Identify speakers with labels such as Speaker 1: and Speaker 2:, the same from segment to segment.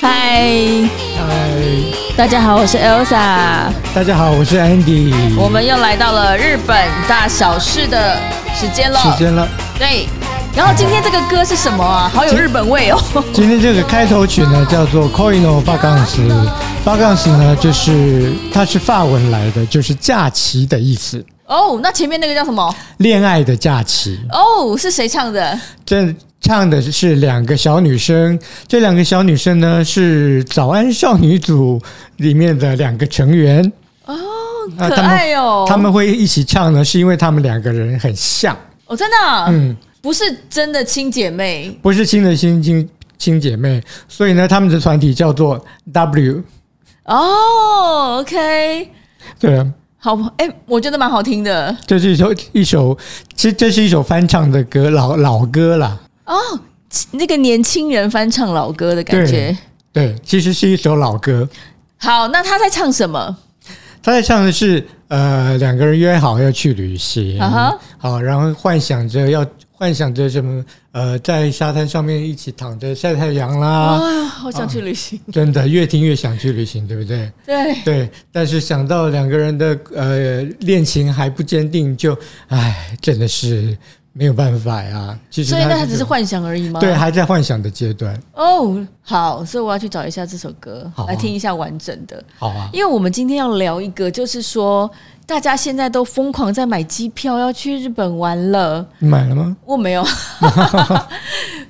Speaker 1: 嗨，
Speaker 2: 嗨，
Speaker 1: 大家好，我是 Elsa，
Speaker 2: 大家好，我是 Andy。
Speaker 1: 我们又来到了日本大小事的时间了。
Speaker 2: 时间了，
Speaker 1: 对，然后今天这个歌是什么啊？好有日本味哦。
Speaker 2: 今天这个开头曲呢叫做《Coino b a g a n s b a g a n s 呢就是它是法文来的，就是假期的意思，
Speaker 1: 哦，那前面那个叫什么？
Speaker 2: 恋爱的假期。
Speaker 1: 哦，是谁唱
Speaker 2: 啊
Speaker 1: 的？
Speaker 2: 这唱的是两个小女生，这两个小女生呢是早安少女组里面的两个成员。啊
Speaker 1: 可
Speaker 2: 他们
Speaker 1: 爱哦。
Speaker 2: 他们会一起唱呢，是因为他们两个人很像，
Speaker 1: 哦，真的啊、
Speaker 2: 嗯，
Speaker 1: 不是真的亲姐妹。
Speaker 2: 不是亲的亲亲亲姐妹，所以呢，他们的团体叫做 W。
Speaker 1: 哦，OK，
Speaker 2: 对，啊
Speaker 1: 好，哎、我觉得蛮好听的。
Speaker 2: 这是一首一首，其实这是一首翻唱的歌，老老歌啦。
Speaker 1: 哦，那个年轻人翻唱老歌的感觉
Speaker 2: 对。对，其实是一首老歌。
Speaker 1: 好，那他在唱什么？
Speaker 2: 他在唱的是呃，两个人约好要去旅行
Speaker 1: 啊哈
Speaker 2: 好，然后幻想着要幻想着什么呃，在沙滩上面一起躺着晒太阳啦。
Speaker 1: 啊、好想去旅行。
Speaker 2: 真的，越听越想去旅行，对不对？
Speaker 1: 对，
Speaker 2: 对，但是想到两个人的呃恋情还不坚定，就唉，真的是没有办法呀。其实
Speaker 1: 所以那他只是
Speaker 2: 幻
Speaker 1: 幻想而已吗？
Speaker 2: 对，还在幻想的阶段。
Speaker 1: 哦，好，所以我要去找一下这首歌，
Speaker 2: 好啊
Speaker 1: 来听一下完整的。
Speaker 2: 好啊，
Speaker 1: 因为我们今天要聊一个，就是说大家现在都疯狂在买机票要去日本玩了。
Speaker 2: 你买了吗？
Speaker 1: 我 没有，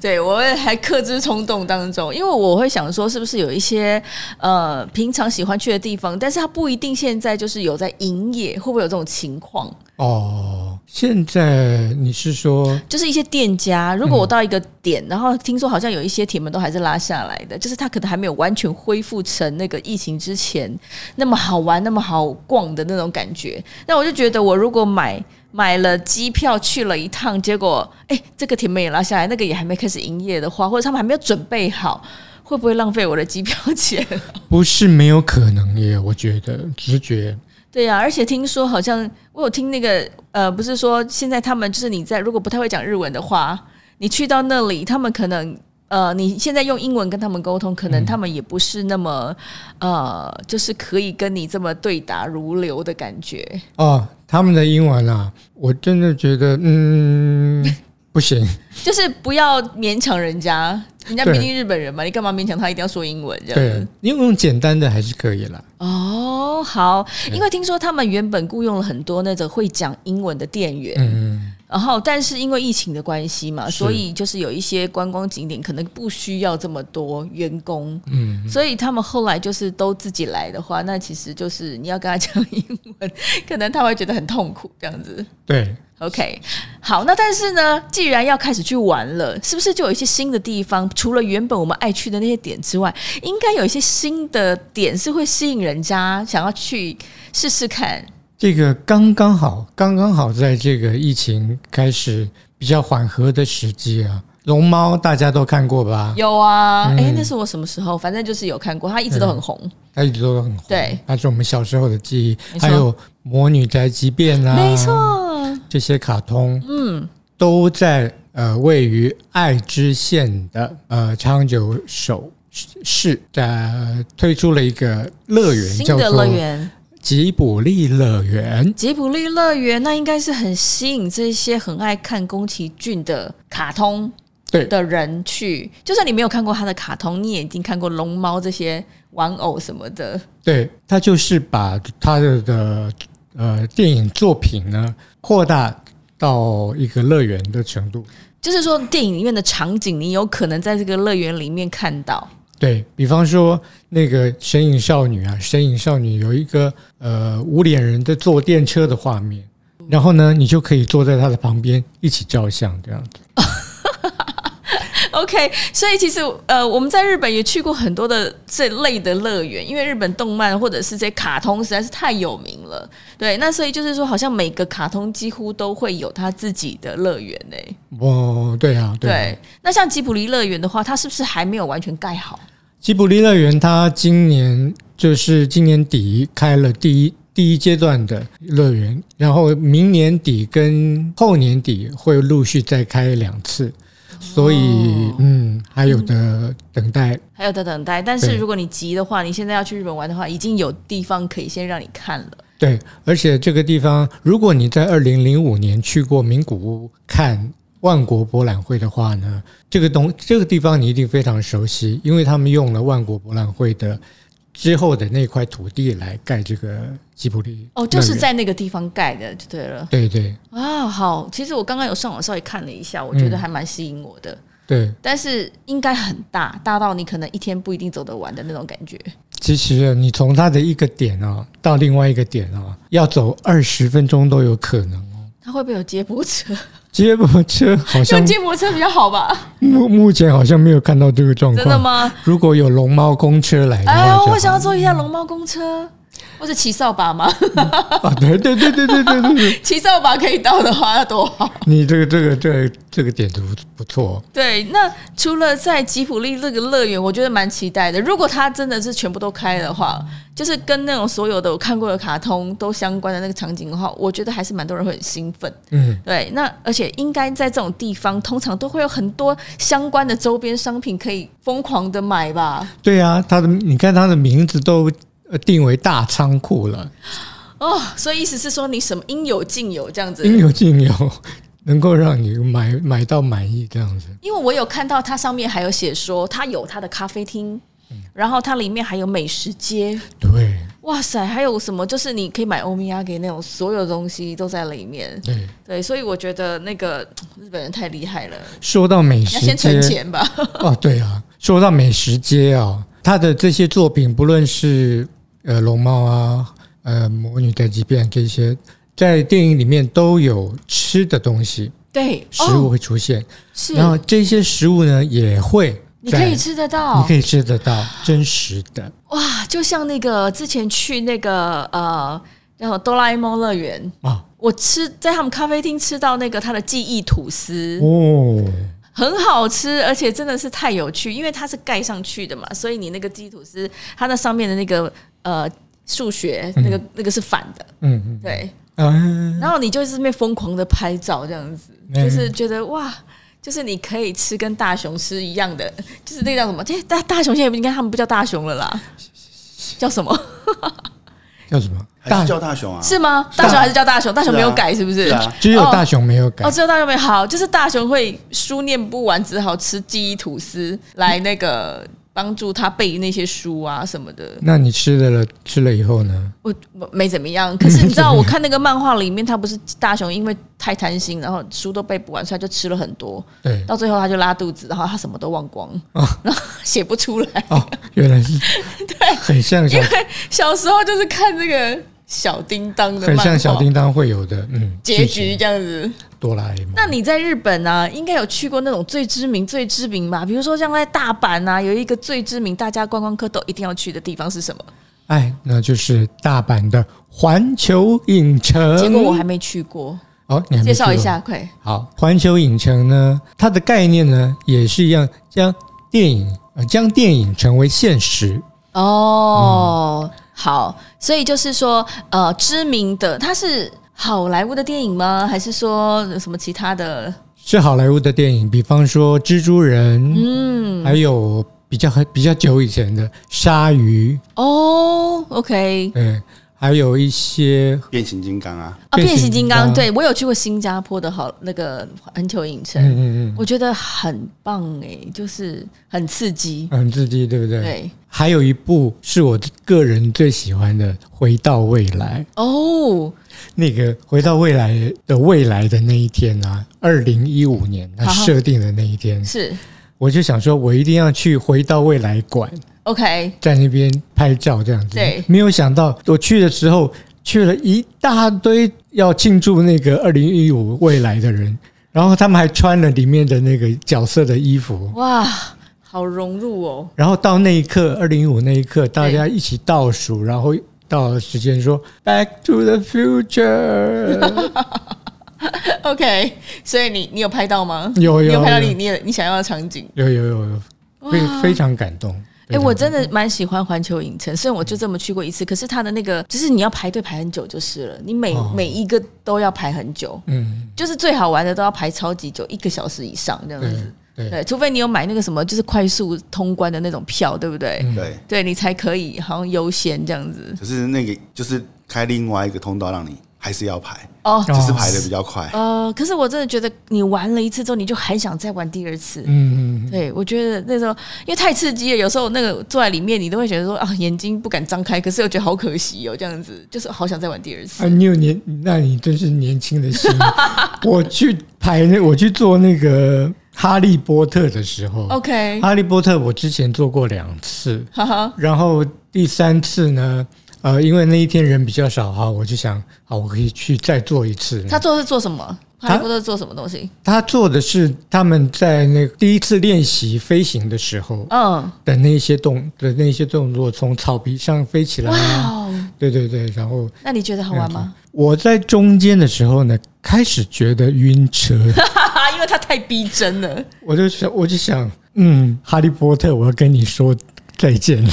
Speaker 1: 对我还克制冲动当中，因为我会想说，是不是有一些呃平常喜欢去的地方，但是它不一定现在就是有在营业，会不会有这种情况？
Speaker 2: 哦，现在你是说
Speaker 1: 就是一些店家，如果我到一个点，然后听说好像有一些铁门都还是拉下来的，就是它可能还没有完全恢复成那个疫情之前那么好玩、那么好逛的那种感觉。那我就觉得，我如果买买了机票去了一趟，结果哎，这个铁门也拉下来，那个也还没开始营业的话，或者他们还没有准备好，会不会浪费我的机票钱？
Speaker 2: 不是没有可能耶？我觉得直觉
Speaker 1: 对呀、而且听说好像我有听那个呃，不是说现在他们就是你在如果不太会讲日文的话，你去到那里，他们可能呃，你现在用英文跟他们沟通，可能
Speaker 2: 嗯
Speaker 1: 他们也不是那么、呃，就是可以跟你这么对答如流的感觉。
Speaker 2: 哦，他们的英文啊，我真的觉得嗯 不行。
Speaker 1: 就是不要勉强人家，人家
Speaker 2: 对
Speaker 1: 毕竟日本人嘛，你干嘛勉强他一定要说英文这样子？
Speaker 2: 对，英文简单的还是可以啦。
Speaker 1: 哦，好，因为听说他们原本雇佣了很多那种会讲英文的店员，
Speaker 2: 嗯，
Speaker 1: 然后，但是因为疫情的关系嘛，
Speaker 2: 是
Speaker 1: 所以就是有一些观光景点可能不需要这么多员工，
Speaker 2: 嗯
Speaker 1: 所以他们后来就是都自己来的话，那其实就是你要跟他讲英文， 可能他会觉得很痛苦这样子。
Speaker 2: 对，
Speaker 1: OK，好，那但是呢，既然要开始去玩了，是不是就有一些新的地方？除了原本我们爱去的那些点之外，应该有一些新的点是会吸引人家想要去试试看。
Speaker 2: 这个刚刚好，刚刚好，在这个疫情开始比较缓和的时机啊，龙猫大家都看过吧？
Speaker 1: 有啊，哎、
Speaker 2: 嗯
Speaker 1: 那是我什么时候？反正就是有看过，它一直都很红。
Speaker 2: 它一直都很红，
Speaker 1: 对，
Speaker 2: 那是我们小时候的记忆。
Speaker 1: 没错
Speaker 2: 还有《魔女宅急便》啊，
Speaker 1: 没，错，
Speaker 2: 这些卡通，嗯，都在呃位于爱知县的呃长久守市，呃推出了一个乐园，
Speaker 1: 新
Speaker 2: 叫
Speaker 1: 的乐
Speaker 2: 做
Speaker 1: 园
Speaker 2: 吉卜力乐园。
Speaker 1: 吉卜力乐园，那应该是很吸引这些很爱看宫崎骏的卡通
Speaker 2: 对，
Speaker 1: 的人去。就算你没有看过他的卡通，你也已经看过龙猫这些玩偶什么的。
Speaker 2: 对，他就是把他的的呃电影作品呢扩大到一个乐园的程度。
Speaker 1: 就是说，电影里面的场景，你有可能在这个乐园里面看到。
Speaker 2: 对比方说，那个《神隐少女》啊，《神隐少女》有一个呃无脸人的坐电车的画面，然后呢，你就可以坐在他的旁边一起照相这样子。
Speaker 1: OK，所以其实呃，我们在日本也去过很多的这类的乐园，因为日本动漫或者是这些卡通实在是太有名了。对，那所以就是说，好像每个卡通几乎都会有它自己的乐园呢、
Speaker 2: 哦，对啊，
Speaker 1: 对，
Speaker 2: 啊
Speaker 1: 那像吉卜力乐园的话，它是不是还没有完全盖好？
Speaker 2: 吉卜力乐园它今年就是今年底开了第一第一阶段的乐园，然后明年底跟后年底会陆续再开两次，所以嗯，还有的等待。
Speaker 1: 还有的等待。但是
Speaker 2: 对
Speaker 1: 如果你急的话，你现在要去日本玩的话，已经有地方可以先让你看了。
Speaker 2: 对，而且这个地方，如果你在二零零五年去过名古屋看万国博览会的话呢，这个东这个地方你一定非常熟悉，因为他们用了万国博览会的之后的那块土地来盖这个吉卜力
Speaker 1: 哦，就是
Speaker 2: 乐园
Speaker 1: 在那个地方盖的，就对了。
Speaker 2: 对对
Speaker 1: 啊，好，其实我刚刚有上网稍微看了一下，我觉得
Speaker 2: 嗯
Speaker 1: 还蛮吸引我的。
Speaker 2: 对，
Speaker 1: 但是应该很大，大到你可能一天不一定走得完的那种感觉。
Speaker 2: 其实你从它的一个点啊到另外一个点啊，要走二十分钟都有可能哦。
Speaker 1: 它会不会有接驳车？
Speaker 2: 接 驳车好
Speaker 1: 用
Speaker 2: 像
Speaker 1: 接驳车比较好 吧？
Speaker 2: 目目前好像没有看到这个状
Speaker 1: 真的
Speaker 2: 况。
Speaker 1: 吗？
Speaker 2: 如果有龙猫公车来的
Speaker 1: 哎
Speaker 2: 话
Speaker 1: 呦
Speaker 2: 就好，
Speaker 1: 我想要坐一下龙猫公车，或者骑扫把吗？
Speaker 2: 啊，对对对对对对对 对，
Speaker 1: 骑扫把可以到的话，那多好。
Speaker 2: 你这个这个这个、这个点子不不错，
Speaker 1: 对，那除了在吉普力这个乐园，我觉得蛮期待的。如果它真的是全部都开的话，就是跟那种所有的我看过的卡通都相关的那个场景的话，我觉得还是蛮多人会很兴奋。
Speaker 2: 嗯，
Speaker 1: 对，那而且应该在这种地方，通常都会有很多相关的周边商品可以疯狂的买吧。
Speaker 2: 对啊，它的你看它的名字都呃定为大仓库了，
Speaker 1: 哦，所以意思是说你什么应有尽有这样子。
Speaker 2: 应有尽有，能够让你买买到满意这样子。
Speaker 1: 因为我有看到它上面还有写说，它有它的咖啡厅，然后它里面还有美食街，
Speaker 2: 对
Speaker 1: 哇塞，还有什么就是你可以买欧米亚给那种所有东西都在里面。
Speaker 2: 对，
Speaker 1: 对，所以我觉得那个日本人太厉害了，
Speaker 2: 说到美
Speaker 1: 要
Speaker 2: 食
Speaker 1: 先存
Speaker 2: 街
Speaker 1: 钱吧。
Speaker 2: 哦，对啊，说到美食街啊、它的这些作品，不论是呃龙猫啊，呃魔女宅急便这些，在电影里面都有吃的东西
Speaker 1: 对，
Speaker 2: 食物
Speaker 1: 哦，
Speaker 2: 会出现。
Speaker 1: 是，
Speaker 2: 然后这些食物呢也会
Speaker 1: 你可
Speaker 2: 在
Speaker 1: 以吃得
Speaker 2: 你
Speaker 1: 到
Speaker 2: 可。以吃得到真实的，
Speaker 1: 哇，就像那个之前去那个呃，然后哆啦 A 梦乐园，
Speaker 2: 啊
Speaker 1: 我吃在他们咖啡厅吃到那个他的记忆吐司，
Speaker 2: 哦，
Speaker 1: 很好吃，而且真的是太有趣，因为它是盖上去的嘛，所以你那个记忆吐司，它那上面的那个呃数学那个、那个是反的，
Speaker 2: 嗯
Speaker 1: 对，
Speaker 2: 嗯啊，
Speaker 1: 然后你就在那边疯狂的拍照，这样子，
Speaker 2: 嗯
Speaker 1: 就是觉得哇。就是你可以吃跟大熊吃一样的，就是那个叫什么？这大大熊现在不应该他们不叫大熊了啦，叫什么？
Speaker 2: 叫什么？
Speaker 3: 还
Speaker 2: 大
Speaker 3: 是叫大熊啊？
Speaker 1: 是吗？大熊还是叫大熊？大熊没有改是不是？
Speaker 3: 是啊，
Speaker 2: 只有大熊没有改
Speaker 1: 哦，，只有大熊没有好，就是大熊会书念不完，只好吃记忆吐司来那个帮助他背那些书啊什么的。
Speaker 2: 那你吃了了吃了以后呢？
Speaker 1: 我我没怎么样，可是你知道，我看那个漫画里面，他不是大熊因为太贪心，然后书都背不完，所以他就吃了很多，
Speaker 2: 对
Speaker 1: 到最后他就拉肚子，然后他什么都忘光，然后写不出来。
Speaker 2: 哦，原 来是很像小
Speaker 1: 小时候就是看这个小叮当的
Speaker 2: 很
Speaker 1: 漫画
Speaker 2: 像小叮当会有的，嗯，
Speaker 1: 结
Speaker 2: 剧
Speaker 1: 局
Speaker 2: 情
Speaker 1: 这样子。
Speaker 2: 哆啦 A 梦。
Speaker 1: 那你在日本啊，应该有去过那种最知名、最知名吧？比如说像在大阪啊，有一个最知名，大家观光客都一定要去的地方是什么？
Speaker 2: 哎，那就是大阪的环球影城。
Speaker 1: 结果我还没去过，
Speaker 2: 哦，嗯你还没
Speaker 1: 介绍一
Speaker 2: 去过
Speaker 1: 下，快！
Speaker 2: 好，环球影城呢，它的概念呢也是一样，将电影呃将电影成为现实。
Speaker 1: 哦，好，所以就是说，呃，知名的它是好莱坞的电影吗？还是说有什么其他的？
Speaker 2: 是好莱坞的电影，比方说《蜘蛛人》，
Speaker 1: 嗯，
Speaker 2: 还有比较比较久以前的《鲨鱼
Speaker 1: 哦，OK，》，
Speaker 2: 对，还有一些
Speaker 3: 变形金刚啊，
Speaker 1: 啊，
Speaker 2: 变
Speaker 1: 变形
Speaker 2: 形
Speaker 1: 金
Speaker 2: 金
Speaker 1: 刚，
Speaker 2: 刚
Speaker 1: 对我有去过新加坡的好那个环球影城，
Speaker 2: 嗯嗯嗯
Speaker 1: 我觉得很棒诶，就是很刺激。
Speaker 2: 嗯自己对不对？
Speaker 1: 对
Speaker 2: 还有一部是我个人最喜欢的《回到未来》。
Speaker 1: 哦，
Speaker 2: 那个《回到未来》的未来的那一天啊，二零一五年它
Speaker 1: 好好
Speaker 2: 设定的那一天，
Speaker 1: 是
Speaker 2: 我就想说，我一定要去《回到未来》馆，
Speaker 1: OK，
Speaker 2: 在那边拍照这样子。
Speaker 1: 对
Speaker 2: 没有想到我去的时候，去了一大堆要庆祝那个二零一五未来的人，然后他们还穿了里面的那个角色的衣服。
Speaker 1: 哇，好融入哦。
Speaker 2: 然后到那一刻，二零一五那一刻，大家一起倒数，然后到了时间说 “Back to the Future”，
Speaker 1: OK，所以你你有拍到吗？
Speaker 2: 有
Speaker 1: 你有
Speaker 2: 有
Speaker 1: 拍到你你你想要的场景。
Speaker 2: 有有有有，非非常感动。
Speaker 1: 哎、我真的蛮喜欢环球影城，虽然我就这么去过一次，可是它的那个就是你要排队排很久就是了，你每、
Speaker 2: 哦
Speaker 1: 每一个都要排很久，
Speaker 2: 嗯，
Speaker 1: 就是最好玩的都要排超级久，一个小时以上这样子。
Speaker 2: 对
Speaker 1: 对，除非你有买那个什么，就是快速通关的那种票，对不对？
Speaker 2: 嗯
Speaker 3: 对，
Speaker 1: 对你才可以好像优先这样子。
Speaker 3: 可是那个就是开另外一个通道让你还是要排，
Speaker 1: 哦，
Speaker 3: 只是排的比较快。
Speaker 1: 呃，可是我真的觉得你玩了一次之后，你就很想再玩第二次。
Speaker 2: 嗯嗯，
Speaker 1: 对，我觉得那时候因为太刺激了，有时候那个坐在里面，你都会觉得说啊，眼睛不敢张开，可是又觉得好可惜哦，这样子就是好想再玩第二次。
Speaker 2: 啊，你有年，那你真是年轻 的心。我去排那，我去做那个《哈利波特》的时候，
Speaker 1: OK，
Speaker 2: 哈利波特》我之前做过两次，
Speaker 1: 哈哈，
Speaker 2: 然后第三次呢，呃，因为那一天人比较少哈，我就想，好，我可以去再做一次。
Speaker 1: 他做的是做什么？
Speaker 2: 他
Speaker 1: 哈利波特做什么东西？
Speaker 2: 他做的是他们在那个第一次练习飞行的时候
Speaker 1: 嗯，
Speaker 2: 的那一些动的那一些动作，从草皮上飞起来
Speaker 1: 哇
Speaker 2: 啊，
Speaker 1: 哦，
Speaker 2: 对对对，然后
Speaker 1: 那你觉得好玩吗？
Speaker 2: 我在中间的时候呢，开始觉得晕车，
Speaker 1: 哈
Speaker 2: 嗯
Speaker 1: 哈， 因为他太逼真了。
Speaker 2: 我就想，我就想，嗯，哈利波特，我要跟你说再见了。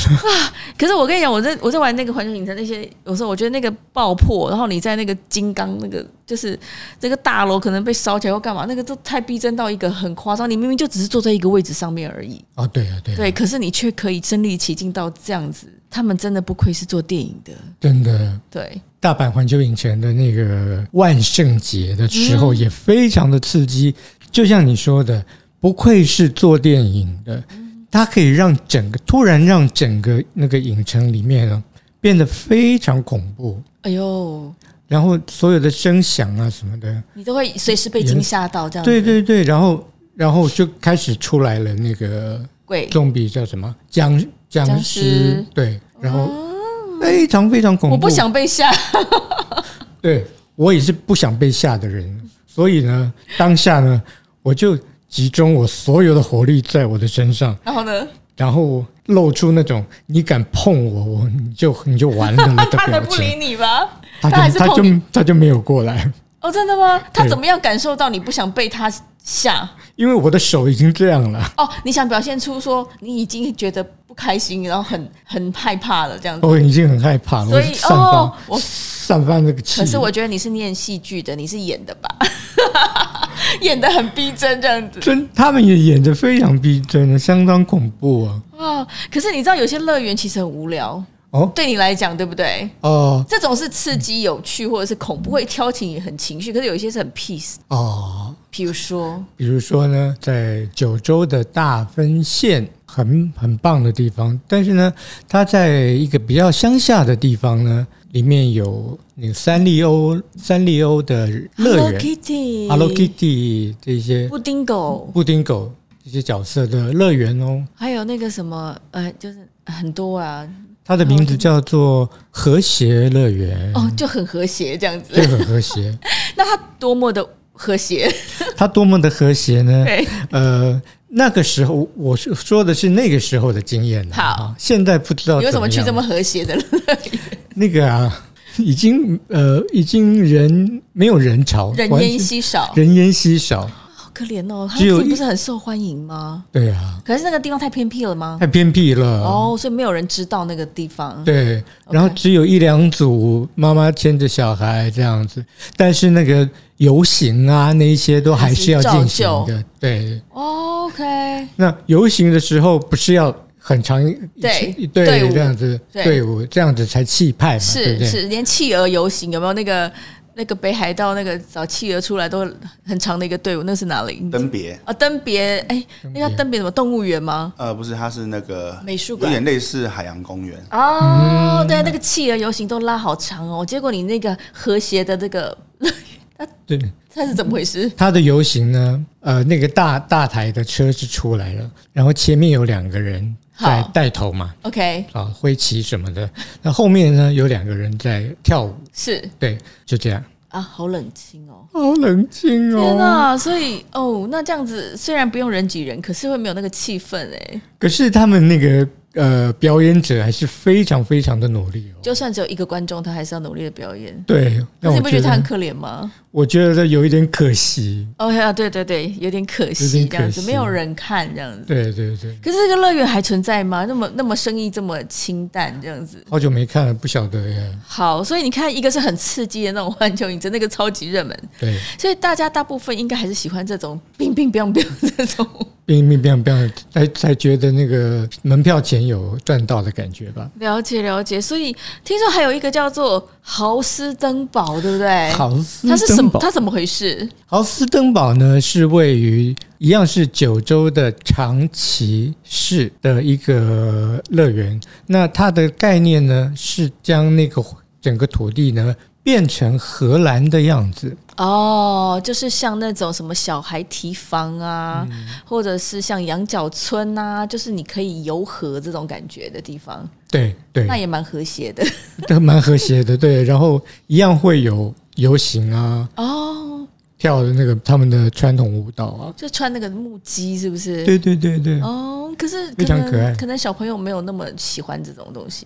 Speaker 1: 可是我跟你讲，我在我在玩那个环球影城那些，有时候我觉得那个爆破，然后你在那个金刚那个就是这个大楼可能被烧起来或干嘛，那个都太逼真到一个很夸张。你明明就只是坐在一个位置上面而已，
Speaker 2: 哦，对啊，对啊，
Speaker 1: 对，可是你却可以身临其境到这样子，他们真的不愧是做电影的，
Speaker 2: 真的。
Speaker 1: 对，
Speaker 2: 大阪环球影城的那个万圣节的时候也非常的刺激，就像你说的，不愧是做电影的，它可以让整个突然让整个那个影城里面呢变得非常恐怖，
Speaker 1: 哎呦，
Speaker 2: 然后所有的声响啊什么的，
Speaker 1: 你都会随时被惊吓到这样子，
Speaker 2: 对对对，然后然后就开始出来了那个
Speaker 1: 鬼，
Speaker 2: 中比叫什么僵僵尸，
Speaker 1: 僵尸哦
Speaker 2: 对，然后非常非常恐怖，
Speaker 1: 我不想被吓，
Speaker 2: 对我也是不想被吓的人，所以呢，当下呢，我就集中我所有的火力在我的身上，
Speaker 1: 然后呢，
Speaker 2: 然后露出那种你敢碰我，我你就你就完了的
Speaker 1: 他才
Speaker 2: 表
Speaker 1: 不
Speaker 2: 情
Speaker 1: 理。你吧？
Speaker 2: 他
Speaker 1: 他还
Speaker 2: 就是他
Speaker 1: 碰
Speaker 2: 就他就没有过来，
Speaker 1: 哦，真的吗？他怎么样感受到你不想被他吓？
Speaker 2: 因为我的手已经这样了。
Speaker 1: 哦，你想表现出说你已经觉得不开心，然后很很害怕了这样子。
Speaker 2: 我已经很害怕了，
Speaker 1: 所
Speaker 2: 我
Speaker 1: 以
Speaker 2: 散发、
Speaker 1: 哦我
Speaker 2: 散发那个气。
Speaker 1: 可是我觉得你是念戏剧的，你是演的吧？ 演的很逼真这样子。
Speaker 2: 真，他们也演得非常逼真的，相当恐怖啊！
Speaker 1: 哇！可是你知道有些乐园其实很无聊，
Speaker 2: 哦
Speaker 1: 对你来讲对不对？
Speaker 2: 哦
Speaker 1: 这种是刺激、有趣或者是恐怖，会挑起你很情绪。可是有一些是很 peace，
Speaker 2: 哦，
Speaker 1: 比如说
Speaker 2: 比如说呢，在九州的大分县很很棒的地方，但是呢，它在一个比较乡下的地方呢，里面有那个三丽鸥三丽鸥的乐
Speaker 1: Hello
Speaker 2: 园
Speaker 1: Kitty、
Speaker 2: ，Hello Kitty 这些
Speaker 1: 布丁狗，
Speaker 2: 布丁狗这些角色的乐园哦，
Speaker 1: 还有那个什么呃，就是很多啊，
Speaker 2: 它的名字叫做和谐乐园，
Speaker 1: 哦，就很和谐这样子
Speaker 2: 就。很和谐。
Speaker 1: 那它多么的和谐，
Speaker 2: 它多么的和谐呢？
Speaker 1: 对，
Speaker 2: 呃，那个时候我是说的是那个时候的经验了
Speaker 1: 好
Speaker 2: 啊现在不知道
Speaker 1: 你为什么去
Speaker 2: 样
Speaker 1: 这么和谐的乐园？
Speaker 2: 那个啊，已经呃已经人没有人潮，
Speaker 1: 人
Speaker 2: 完
Speaker 1: 烟
Speaker 2: 全
Speaker 1: 稀少，
Speaker 2: 人烟稀少，
Speaker 1: 好可怜哦。它
Speaker 2: 只有一
Speaker 1: 不是很受欢迎吗？
Speaker 2: 对啊，
Speaker 1: 可是那个地方太偏僻了吗？
Speaker 2: 太偏僻了。
Speaker 1: 哦，所以没有人知道那个地方。
Speaker 2: 啊对，然后只有一两组妈妈牵着小孩这样子，但是那个游行啊，那一些都还是要进行
Speaker 1: 还是
Speaker 2: 的。对，
Speaker 1: 哦 OK，
Speaker 2: 那游行的时候不是要很长一
Speaker 1: 对
Speaker 2: 一队
Speaker 1: 队伍
Speaker 2: 这样子
Speaker 1: 对
Speaker 2: 队伍这样子才气派嘛，对不
Speaker 1: 是
Speaker 2: 对？
Speaker 1: 是，连企鹅游行有没有那个那个北海道那个找企鹅出来都很长的一个队伍？那是哪里？
Speaker 3: 登别
Speaker 1: 啊，登别哎，
Speaker 2: 登
Speaker 1: 那
Speaker 2: 别
Speaker 1: 叫登别什么动物园吗？
Speaker 3: 呃，不是，它是那个
Speaker 1: 美术馆
Speaker 3: 有点类似海洋公园。
Speaker 1: 哦，对，那个 企鹅游行都拉好长哦，结果你那个和谐的这个，
Speaker 2: 对，
Speaker 1: 它是怎么回事？
Speaker 2: 他的游行呢，呃，那个大大台的车是出来了，然后前面有两个人在
Speaker 1: 好
Speaker 2: 带头嘛，
Speaker 1: OK，
Speaker 2: 啊，挥旗什么的，那后面呢有两个人在跳舞，
Speaker 1: 是
Speaker 2: 对，就这样，
Speaker 1: 啊，好冷清哦。
Speaker 2: 好冷清
Speaker 1: 天
Speaker 2: 哦。
Speaker 1: 呐，所以哦，那这样子虽然不用人挤人，可是会没有那个气氛哎。
Speaker 2: 可是他们那个呃表演者还是非常非常的努力哦。
Speaker 1: 就算只有一个观众，他还是要努力的表演。
Speaker 2: 对，
Speaker 1: 可
Speaker 2: 让
Speaker 1: 是
Speaker 2: 我
Speaker 1: 你不觉
Speaker 2: 觉
Speaker 1: 得他很
Speaker 2: 得，
Speaker 1: 可怜吗？
Speaker 2: 我觉得有一点可惜。
Speaker 1: 哦呀，对对对，有点可惜
Speaker 2: 有点
Speaker 1: 这样
Speaker 2: 可
Speaker 1: 子，
Speaker 2: 惜
Speaker 1: 没有人看这样子。
Speaker 2: 对对对，
Speaker 1: 可是这个乐园还存在吗？那么那么生意这么清淡这样子，
Speaker 2: 好久没看了，不晓得呃耶。
Speaker 1: 好，所以你看，一个是很刺激的那种环球影城，那个超级热门，
Speaker 2: 对，
Speaker 1: 所以大家大部分应该还是喜欢这种冰冰冰冰这种
Speaker 2: 冰冰冰冰，才才觉得那个门票钱有赚到的感觉吧。
Speaker 1: 了解了解，所以听说还有一个叫做豪斯登堡，对不对？
Speaker 2: 豪斯
Speaker 1: 它是什
Speaker 2: 登
Speaker 1: 么？
Speaker 2: 堡，
Speaker 1: 它怎么回事？
Speaker 2: 豪斯登堡呢是位于一样是九州的长崎市的一个乐园。那它的概念呢是将那个整个土地呢变成荷兰的样子。
Speaker 1: 哦，就是像那种什么小孩提防啊，
Speaker 2: 嗯
Speaker 1: 或者是像羊角村啊，就是你可以游河这种感觉的地方，
Speaker 2: 对对，
Speaker 1: 那也蛮和谐的。
Speaker 2: 都蛮和谐的。对，然后一样会有游行啊，
Speaker 1: 哦，
Speaker 2: 跳的那个他们的传统舞蹈啊。
Speaker 1: 就穿那个木屐，是不是？
Speaker 2: 对对对对，
Speaker 1: 哦，可是可
Speaker 2: 非常
Speaker 1: 能
Speaker 2: 可爱
Speaker 1: 可能小朋友没有那么喜欢这种东西，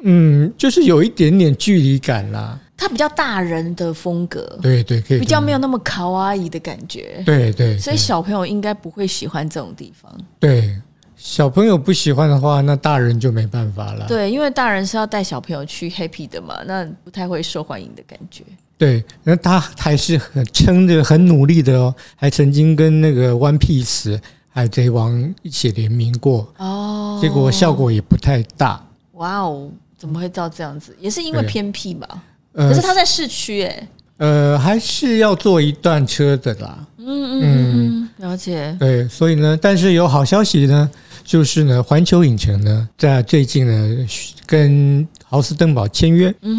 Speaker 2: 嗯，就是有一点点距离感啦。
Speaker 1: 它比较大人的风格，
Speaker 2: 对对，可以
Speaker 1: 比较没有那么卡哇伊的感觉，
Speaker 2: 对对，
Speaker 1: 所以小朋友应该不会喜欢这种地方。
Speaker 2: 对小朋友不喜欢的话，那大人就没办法了。
Speaker 1: 对，因为大人是要带小朋友去 happy 的嘛，那不太会受欢迎的感觉。
Speaker 2: 对，那他还是很撑着、很努力的哦，还曾经跟那个《One Piece》海贼王一起联名过，
Speaker 1: 哦，
Speaker 2: 结果效果也不太大。
Speaker 1: 哇哦，怎么会到这样子？也是因为
Speaker 2: 对啊
Speaker 1: 偏僻吧？
Speaker 2: 呃
Speaker 1: 可是他在市区哎、
Speaker 2: 呃，还是要坐一段车的啦。
Speaker 1: 嗯嗯嗯，嗯，了解。
Speaker 2: 对，所以呢，但是有好消息呢，就是呢，环球影城呢，在最近呢，跟豪斯登堡签约，
Speaker 1: 嗯嗯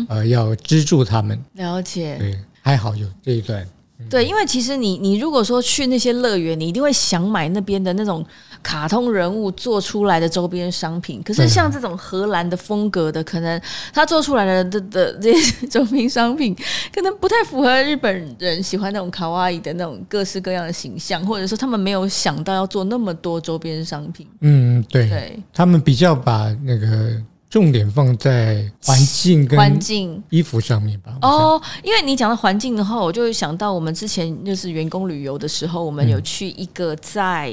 Speaker 1: 嗯嗯，
Speaker 2: 呃，要资助他们。
Speaker 1: 了解。
Speaker 2: 对，还好有这一段。
Speaker 1: 对，因为其实你你如果说去那些乐园，你一定会想买那边的那种卡通人物做出来的周边商品。可是
Speaker 2: 对啊
Speaker 1: 像这种荷兰的风格的，可能他做出来的 的的这些周边商品，可能不太符合日本人喜欢那种卡哇伊的那种各式各样的形象，或者说他们没有想到要做那么多周边商品。
Speaker 2: 嗯，对，
Speaker 1: 对，
Speaker 2: 他们比较把那个重点放在环境
Speaker 1: 环
Speaker 2: 跟
Speaker 1: 境。
Speaker 2: 衣服上面吧。我想，
Speaker 1: 哦，因为你讲到环境的话，我就想到我们之前就是员工旅游的时候，我们有去一个在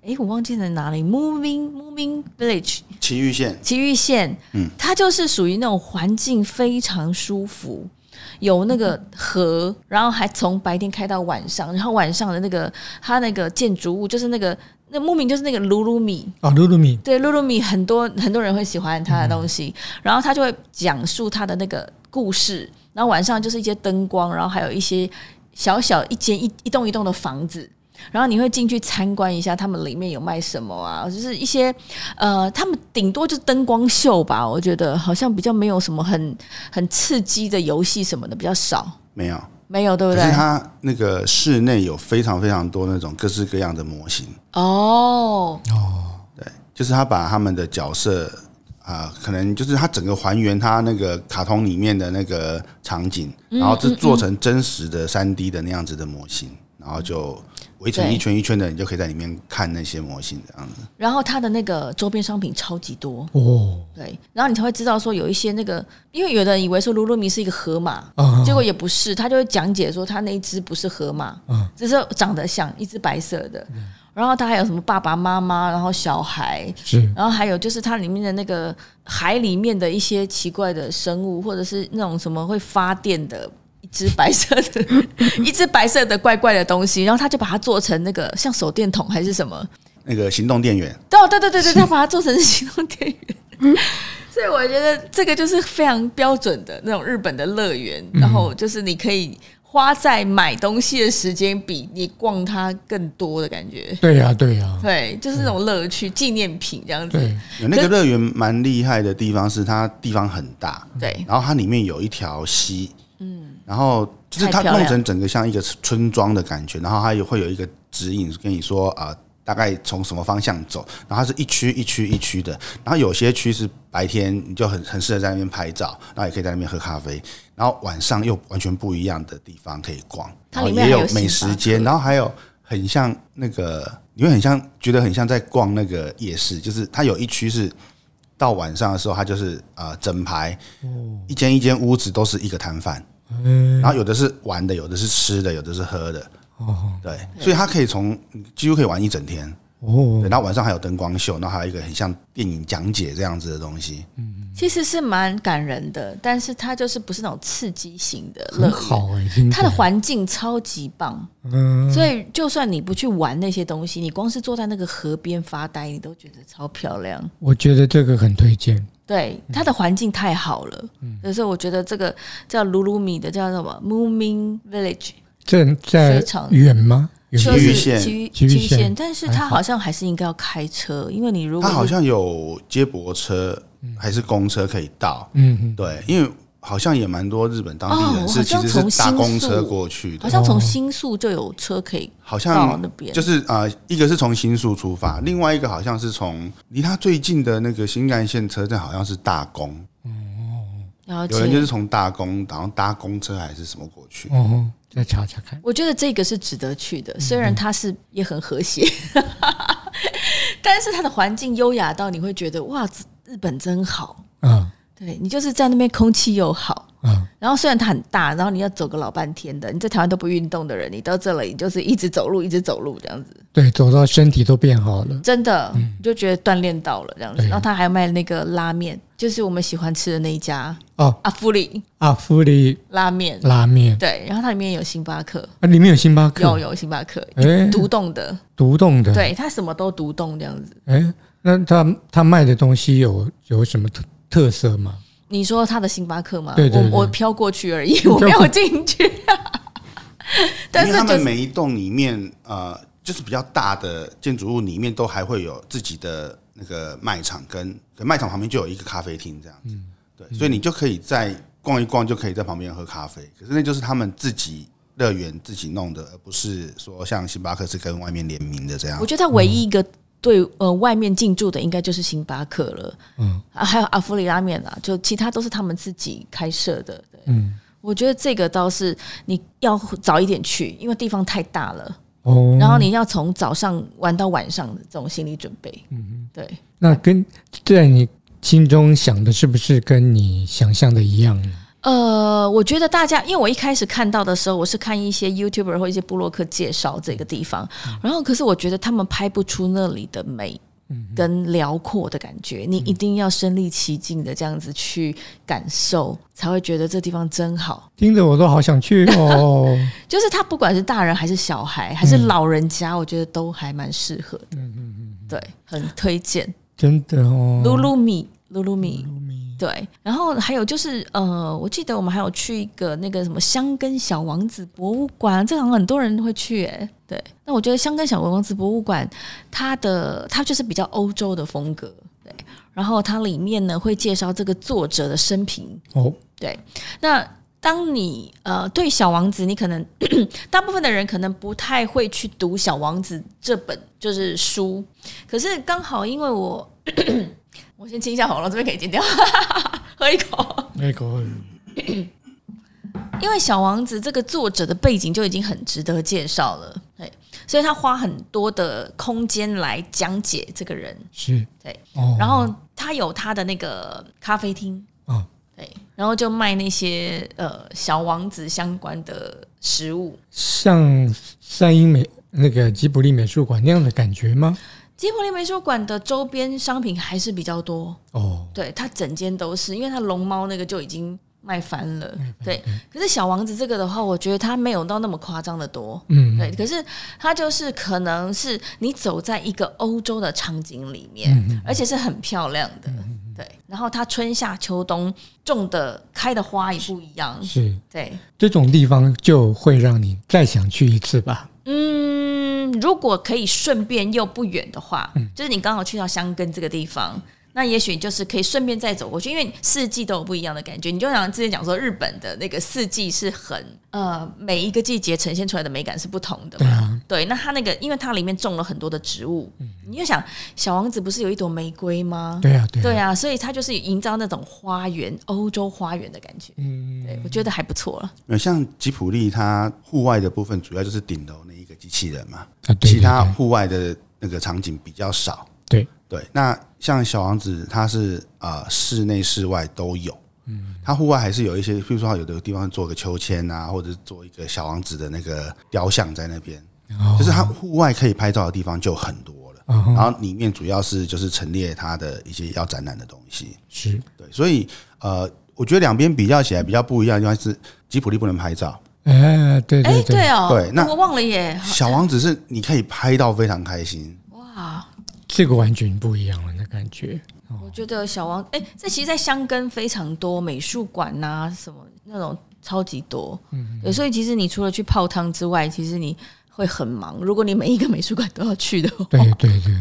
Speaker 1: 诶，我忘记在哪里，Moving Moving Village
Speaker 3: 埼玉县
Speaker 1: 奇玉县，
Speaker 3: 嗯
Speaker 1: 它就是属于那种环境非常舒服。有那个河，然后还从白天开到晚上，然后晚上的那个它那个建筑物就是那个那牧民就是那个鲁鲁米，
Speaker 2: 哦，露露米，
Speaker 1: 对，露露米很多很多人会喜欢他的
Speaker 3: 嗯
Speaker 1: 东西，然后他就会讲述他的那个故事，然后晚上就是一些灯光，然后还有一些小小一间一一栋一栋的房子。然后你会进去参观一下，他们里面有卖什么啊？就是一些，呃，他们顶多就是灯光秀吧。我觉得好像比较没有什么很很刺激的游戏什么的比较少，
Speaker 3: 没有，
Speaker 1: 没有对不
Speaker 3: 可
Speaker 1: 对
Speaker 3: 是？它那个室内有非常非常多那种各式各样的模型，
Speaker 1: 哦，
Speaker 3: 就是他把他们的角色啊、可能就是他整个还原他那个卡通里面的那个场景，然后是做成真实的三 D 的那样子的模型，然后就围成
Speaker 1: 对
Speaker 3: 一圈一圈的，你就可以在里面看那些模型这样子。
Speaker 1: 然后它的那个周边商品超级多，
Speaker 2: 哦，
Speaker 1: 对，然后你才会知道说有一些那个，因为有的人以为说卢鲁米是一个河马，
Speaker 2: 啊
Speaker 1: 结果也不是，他就会讲解说他那一只不是河马，
Speaker 2: 嗯
Speaker 1: 只是长得像一只白色的。然后他还有什么爸爸妈妈，然后小孩，
Speaker 2: 是，
Speaker 1: 然后还有就是它里面的那个海里面的一些奇怪的生物，或者是那种什么会发电的。一只白色的， 一只白色的怪怪的东西，然后他就把它做成那个像手电筒还是什么，
Speaker 3: 那个行动电源，
Speaker 1: 哦对对对对对，他把它做成行动电源。
Speaker 2: 嗯
Speaker 1: 所以我觉得这个就是非常标准的那种日本的乐园，然
Speaker 2: 嗯
Speaker 1: 后就是你可以花在买东西的时间比你逛它更多的感觉。
Speaker 2: 对呀、对呀、
Speaker 1: 对，就是那种乐趣，纪念品这样子。
Speaker 2: 对，
Speaker 3: 有那个乐园蛮厉害的地方是它地方很大，
Speaker 1: 对，
Speaker 3: 然后它里面有一条溪，嗯，然后就是它
Speaker 1: 太漂亮
Speaker 3: 弄成整个像一个村庄的感觉，然后它也会有一个指引跟你说啊、呃大概从什么方向走，然后它是一区一区一区的，然后有些区是白天你就很很适合在那边拍照，然后也可以在那边喝咖啡，然后晚上又完全不一样的地方可以逛，
Speaker 1: 它
Speaker 3: 然后
Speaker 1: 里面
Speaker 3: 也
Speaker 1: 还有
Speaker 3: 美
Speaker 1: 星
Speaker 3: 食
Speaker 1: 巴
Speaker 3: 街，
Speaker 1: 克
Speaker 3: 然后还有很像那个，你会很像觉得很像在逛那个夜市，就是它有一区是到晚上的时候，它就是呃整排，一间一间屋子都是一个摊贩，然后有的是玩的，有的是吃的，有的是喝的，
Speaker 2: 哦，
Speaker 3: 对，所以它可以从几乎可以玩一整天，
Speaker 2: 哦
Speaker 3: 对，，然后晚上还有灯光秀，然后还有一个很像电影讲解这样子的东西。
Speaker 1: 其实是蛮感人的，但是它就是不是那种刺激型的乐
Speaker 2: 很
Speaker 1: 园，
Speaker 2: 好哎、听起
Speaker 1: 它的
Speaker 2: 来
Speaker 1: 环境超级棒，
Speaker 2: 嗯，
Speaker 1: 所以就算你不去玩那些东西，你光是坐在那个河边发呆，你都觉得超漂亮。
Speaker 2: 我觉得这个很推荐。
Speaker 1: 对，它的环境太好了，
Speaker 2: 嗯
Speaker 1: 所以我觉得这个叫鲁鲁米的叫什么 Moomin Village，
Speaker 2: 这在
Speaker 1: 非常
Speaker 2: 远吗？远
Speaker 1: 说
Speaker 2: 吗
Speaker 3: 区域
Speaker 1: 是
Speaker 3: 线
Speaker 1: 区域
Speaker 2: 区域
Speaker 1: 区域
Speaker 2: 线
Speaker 1: 线，但是
Speaker 2: 还
Speaker 1: 它
Speaker 2: 好
Speaker 1: 好像还是应该要开车，因为你如果
Speaker 3: 它好
Speaker 1: 是
Speaker 3: 像有接驳车还是公车可以到，
Speaker 2: 嗯嗯，
Speaker 3: 对，因为好像也蛮多日本当地人
Speaker 1: 哦
Speaker 3: 是
Speaker 1: 好
Speaker 3: 其
Speaker 1: 像
Speaker 3: 实是
Speaker 1: 从
Speaker 3: 搭
Speaker 1: 新
Speaker 3: 公车
Speaker 1: 宿
Speaker 3: 过去的
Speaker 1: 好，像从新宿就有车可以
Speaker 3: 好
Speaker 1: 到
Speaker 3: 像
Speaker 1: 那边，
Speaker 3: 就是啊、呃一个是从新宿出发，另外一个好像是从离它最近的那个新干线车站，好像是大宫，
Speaker 1: 了
Speaker 3: 有人就
Speaker 1: 解。
Speaker 3: 是从大宫，然后搭公车还是什么过去。
Speaker 2: 哦，再查查看。
Speaker 1: 我觉得这个是值得去
Speaker 2: 嗯
Speaker 1: 的，虽然它是也很和谐， 但是它的环境优雅到你会觉得哇，日本真好。
Speaker 2: 啊
Speaker 1: 对你就是在那边空气又好，
Speaker 2: 啊，
Speaker 1: 然后虽然它很大，然后你要走个老半天的，你在台湾都不运动的人，你到这里就是一直走路，一直走路这样子，
Speaker 2: 对，走到身体都变好了。
Speaker 1: 真的、
Speaker 2: 嗯
Speaker 1: 你就觉得锻炼到了这样子。
Speaker 2: 对
Speaker 1: 然后他还卖那个拉面，就是我们喜欢吃的那一家
Speaker 2: 哦，
Speaker 1: 阿芙里
Speaker 2: 阿芙利
Speaker 1: 拉面，
Speaker 2: 拉面
Speaker 1: 对，然后它里面有星巴克，
Speaker 2: 啊，里面有星巴克，
Speaker 1: 有有星巴克，
Speaker 2: 哎，
Speaker 1: 独栋的，
Speaker 2: 独栋的，，
Speaker 1: 对，它什么都独栋这样子。
Speaker 2: 哎，那他他卖的东西有有什么特特色吗？
Speaker 1: 你说他的星巴克吗？
Speaker 2: 对对对
Speaker 1: 我我飘过去而已，我没有进去。 但
Speaker 3: 因
Speaker 1: 是
Speaker 3: 为他
Speaker 1: 就
Speaker 3: 们
Speaker 1: 是
Speaker 3: 每一栋里面，呃，就是比较大的建筑物里面都还会有自己的那个卖场跟，跟卖场旁边就有一个咖啡厅这样
Speaker 1: 嗯
Speaker 3: 子，对，所以你就可以在逛一逛，就可以在旁边喝咖啡。可是那就是他们自己乐园自己弄的，而不是说像星巴克是跟外面联名的这样
Speaker 1: 我。觉得它唯一一个对呃外面进驻的，应该就是星巴克了。嗯，啊，还有阿芙里拉面啊，就其他都是他们自己开设的。对，
Speaker 2: 嗯，
Speaker 1: 我觉得这个倒是你要早一点去，因为地方太大了，
Speaker 2: 哦，
Speaker 1: 然后你要从早上玩到晚上的这种心理准备。嗯，对。
Speaker 2: 那跟在你心中想的是不是跟你想象的一样呢？
Speaker 1: 呃，我觉得大家，因为我一开始看到的时候，我是看一些 YouTuber 或一些部落客介绍这个地方，然后可是我觉得他们拍不出那里的美跟辽阔的感觉，你一定要身临其境的这样子去感受，才会觉得这地方真好。
Speaker 2: 听着我都好想去 哦。
Speaker 1: 就是他不管是大人还是小孩，还是老人家，我觉得都还蛮适合的。嗯嗯嗯，对，很推荐。
Speaker 2: 真的哦，
Speaker 1: 露露米，露露米，
Speaker 2: 米
Speaker 1: 对，然后还有就是，呃，我记得我们还有去一个那个什么香根小王子博物馆，这个好像很多人会去、诶。对，那我觉得香根小王子博物馆，它的它就是比较欧洲的风格，对。然后它里面呢会介绍这个作者的生平。
Speaker 2: 哦，
Speaker 1: 那当你呃对小王子，你可能大部分的人可能不太会去读小王子这本就是书，可是刚好因为我 我先清一下喉咙，这边可以剪掉，喝一口。
Speaker 2: 那个
Speaker 1: 因为《小王子》这个作者的背景就已经很值得介绍了，对，所以他花很多的空间来讲解这个人，
Speaker 2: 是
Speaker 1: 对，
Speaker 2: 哦，
Speaker 1: 然后他有他的那个咖啡厅，
Speaker 2: 哦
Speaker 1: 对，然后就卖那些呃小王子相关的食物。
Speaker 2: 像三英美那个吉卜力美术馆那样的感觉吗？
Speaker 1: 吉卜力美术馆的周边商品还是比较多，
Speaker 2: 哦，
Speaker 1: 对，它整间都是，因为它龙猫那个就已经卖翻了，对。可是小王子这个的话，我觉得它没有到那么夸张的多，
Speaker 2: 嗯，
Speaker 1: 对，可是它就是可能是你走在一个欧洲的场景里面，而且是很漂亮的。对，然后它春夏秋冬种的开的花也不一样。
Speaker 2: 是
Speaker 1: 对，
Speaker 2: 这种地方就会让你再想去一次吧。
Speaker 1: 嗯，如果可以顺便又不远的话，
Speaker 2: 嗯
Speaker 1: 就是你刚好去到香根这个地方。那也许就是可以顺便再走过去，因为四季都有不一样的感觉。你就像之前讲说，日本的那个四季是很呃，每一个季节呈现出来的美感是不同的嘛
Speaker 2: 对。啊，嗯
Speaker 1: 对，那它那个，因为它里面种了很多的植物，你就想小王子不是有一朵玫瑰吗？
Speaker 2: 对啊，对啊，
Speaker 1: 对啊，所以它就是营造那种花园、欧洲花园的感觉。
Speaker 2: 嗯，
Speaker 1: 对，我觉得还不错了。
Speaker 3: 呃像吉普力，它户外的部分主要就是顶楼那一个机器人嘛，
Speaker 2: 啊，对
Speaker 3: 其他
Speaker 2: 对
Speaker 3: 户外的那个场景比较少。
Speaker 2: 对
Speaker 3: 对，那像小王子，它是啊、呃室内室外都有。嗯，它户外还是有一些，譬如说它有的地方做个秋千啊，或者是做一个小王子的那个雕像在那边，
Speaker 2: 对哦
Speaker 3: 就是它户外可以拍照的地方就很多了。
Speaker 2: 嗯哼
Speaker 3: 然后里面主要是就是陈列它的一些要展览的东西。
Speaker 2: 是，
Speaker 3: 对，所以呃，我觉得两边比较起来比较不一样的地方是吉普力不能拍照，
Speaker 2: 哎，对
Speaker 1: 哎
Speaker 2: 对，
Speaker 1: 对哦，
Speaker 3: 对那
Speaker 1: 我忘了耶，
Speaker 3: 小王子是你可以拍到非常开心。
Speaker 1: 哇。
Speaker 2: 这个完全不一样了，那感觉。
Speaker 1: 我觉得小王，哎、这其实，在香根非常多美术馆呐，什么那种超级多，对，所以其实你除了去泡汤之外，其实你会很忙。如果你每一个美术馆都要去的话，
Speaker 2: 对对对，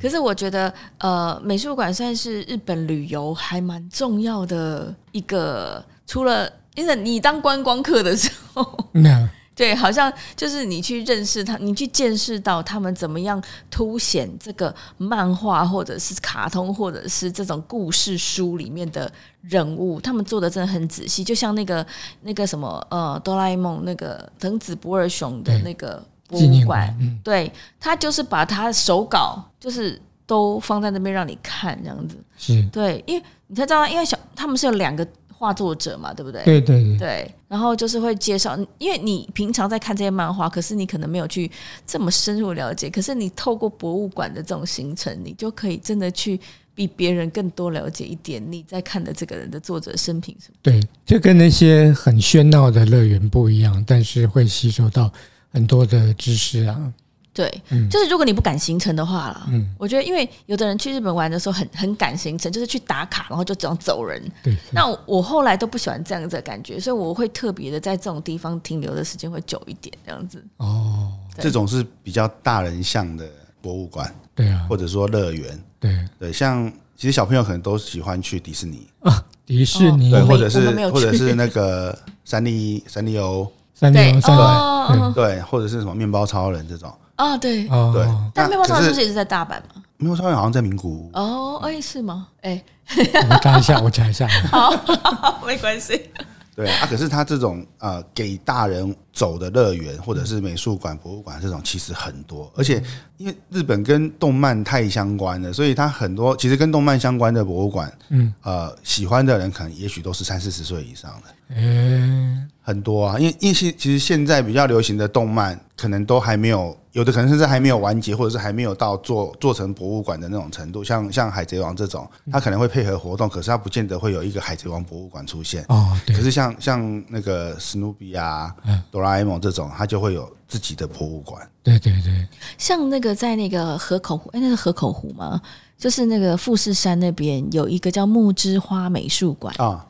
Speaker 1: 可是我觉得，呃，美术馆算是日本旅游还蛮重要的一个，除了因为你当观光客的时候，
Speaker 2: 那
Speaker 1: 对，好像就是你去认识他，你去见识到他们怎么样凸显这个漫画或者是卡通或者是这种故事书里面的人物，他们做的真的很仔细。就像那个那个什么呃，哆啦 A 梦那个藤子不二雄的
Speaker 2: 对
Speaker 1: 那个博
Speaker 2: 纪
Speaker 1: 物
Speaker 2: 念
Speaker 1: 馆
Speaker 2: 馆，，嗯，
Speaker 1: 对他就是把他手稿就是都放在那边让你看这样子。
Speaker 2: 是，
Speaker 1: 对，因为你才知道，因为小他们是有两个画作者嘛，对不对？
Speaker 2: 对对对，
Speaker 1: 对，然后就是会介绍，因为你平常在看这些漫画，可是你可能没有去这么深入了解，可是你透过博物馆的这种行程，你就可以真的去比别人更多了解一点你在看的这个人的作者生平什么。
Speaker 2: 对，这跟那些很喧闹的乐园不一样，但是会吸收到很多的知识啊。
Speaker 1: 对，
Speaker 2: 嗯
Speaker 1: 就是如果你不赶行程的话啦，
Speaker 2: 嗯
Speaker 1: 我觉得因为有的人去日本玩的时候很很赶行程，就是去打卡，然后就这样走人。
Speaker 2: 对，
Speaker 1: 那我后来都不喜欢这样子的感觉，所以我会特别的在这种地方停留的时间会久一点，这样子。
Speaker 2: 哦，
Speaker 1: 对
Speaker 3: 这种是比较大人向的博物馆，
Speaker 2: 对啊，
Speaker 3: 或者说乐园。
Speaker 2: 对
Speaker 3: 对，像其实小朋友可能都喜欢去迪士尼，
Speaker 2: 啊，迪士尼
Speaker 3: 对，
Speaker 1: 我们
Speaker 3: 或者
Speaker 1: 嗯我
Speaker 3: 是
Speaker 1: 们没有去
Speaker 3: 或者是那个三丽三丽鸥，
Speaker 2: 三
Speaker 1: 对
Speaker 2: 六，三六
Speaker 1: 哦哦
Speaker 3: 对，或者是什么面包超人这种。
Speaker 1: 哦，对，
Speaker 3: 对
Speaker 2: 哦，，
Speaker 1: 但
Speaker 3: 那
Speaker 1: 面包超
Speaker 3: 可
Speaker 1: 人
Speaker 3: 是
Speaker 1: 是不是也是在大阪吗？
Speaker 3: 面包超人好像在名古屋，
Speaker 1: 哦，哎、是吗？哎、
Speaker 2: 我查一下，我查一下，
Speaker 1: 好，哦没关系。
Speaker 3: 对啊。可是它这种呃给大人走的乐园，或者是美术馆、博物馆这种，其实很多。而且因为日本跟动漫太相关了，所以它很多其实跟动漫相关的博物馆，
Speaker 2: 嗯，
Speaker 3: 呃，喜欢的人可能也许都是三四十岁以上的。
Speaker 2: 哎，
Speaker 3: 很多啊，因为因为现其实现在比较流行的动漫，可能都还没有，有的可能甚至还没有完结，或者是还没有到做做成博物馆的那种程度。像像海贼王这种，
Speaker 1: 嗯
Speaker 3: 它可能会配合活动，可是它不见得会有一个海贼王博物馆出现。
Speaker 2: 哦，
Speaker 1: 嗯
Speaker 2: 对
Speaker 3: 可，是像像那个史努比啊、哆啦 A 梦这种，它就会有自己的博物馆。
Speaker 2: 对对对，
Speaker 1: 像那个在那个河口湖，哎、那是河口湖吗？就是那个富士山那边有一个叫木之花美术馆，
Speaker 3: 啊，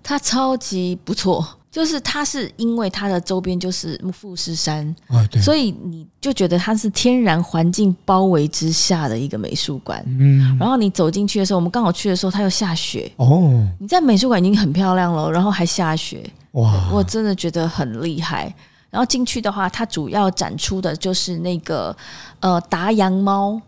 Speaker 1: 它超级不错。就是它是因为它的周边就是富士山，
Speaker 2: 哦对，
Speaker 1: 所以你就觉得它是天然环境包围之下的一个美术馆。
Speaker 2: 嗯，
Speaker 1: 然后你走进去的时候，我们刚好去的时候，它又下雪。
Speaker 2: 哦，
Speaker 1: 你在美术馆已经很漂亮了，然后还下雪，
Speaker 2: 哇，
Speaker 1: 我真的觉得很厉害。然后进去的话，它主要展出的就是那个呃达洋猫，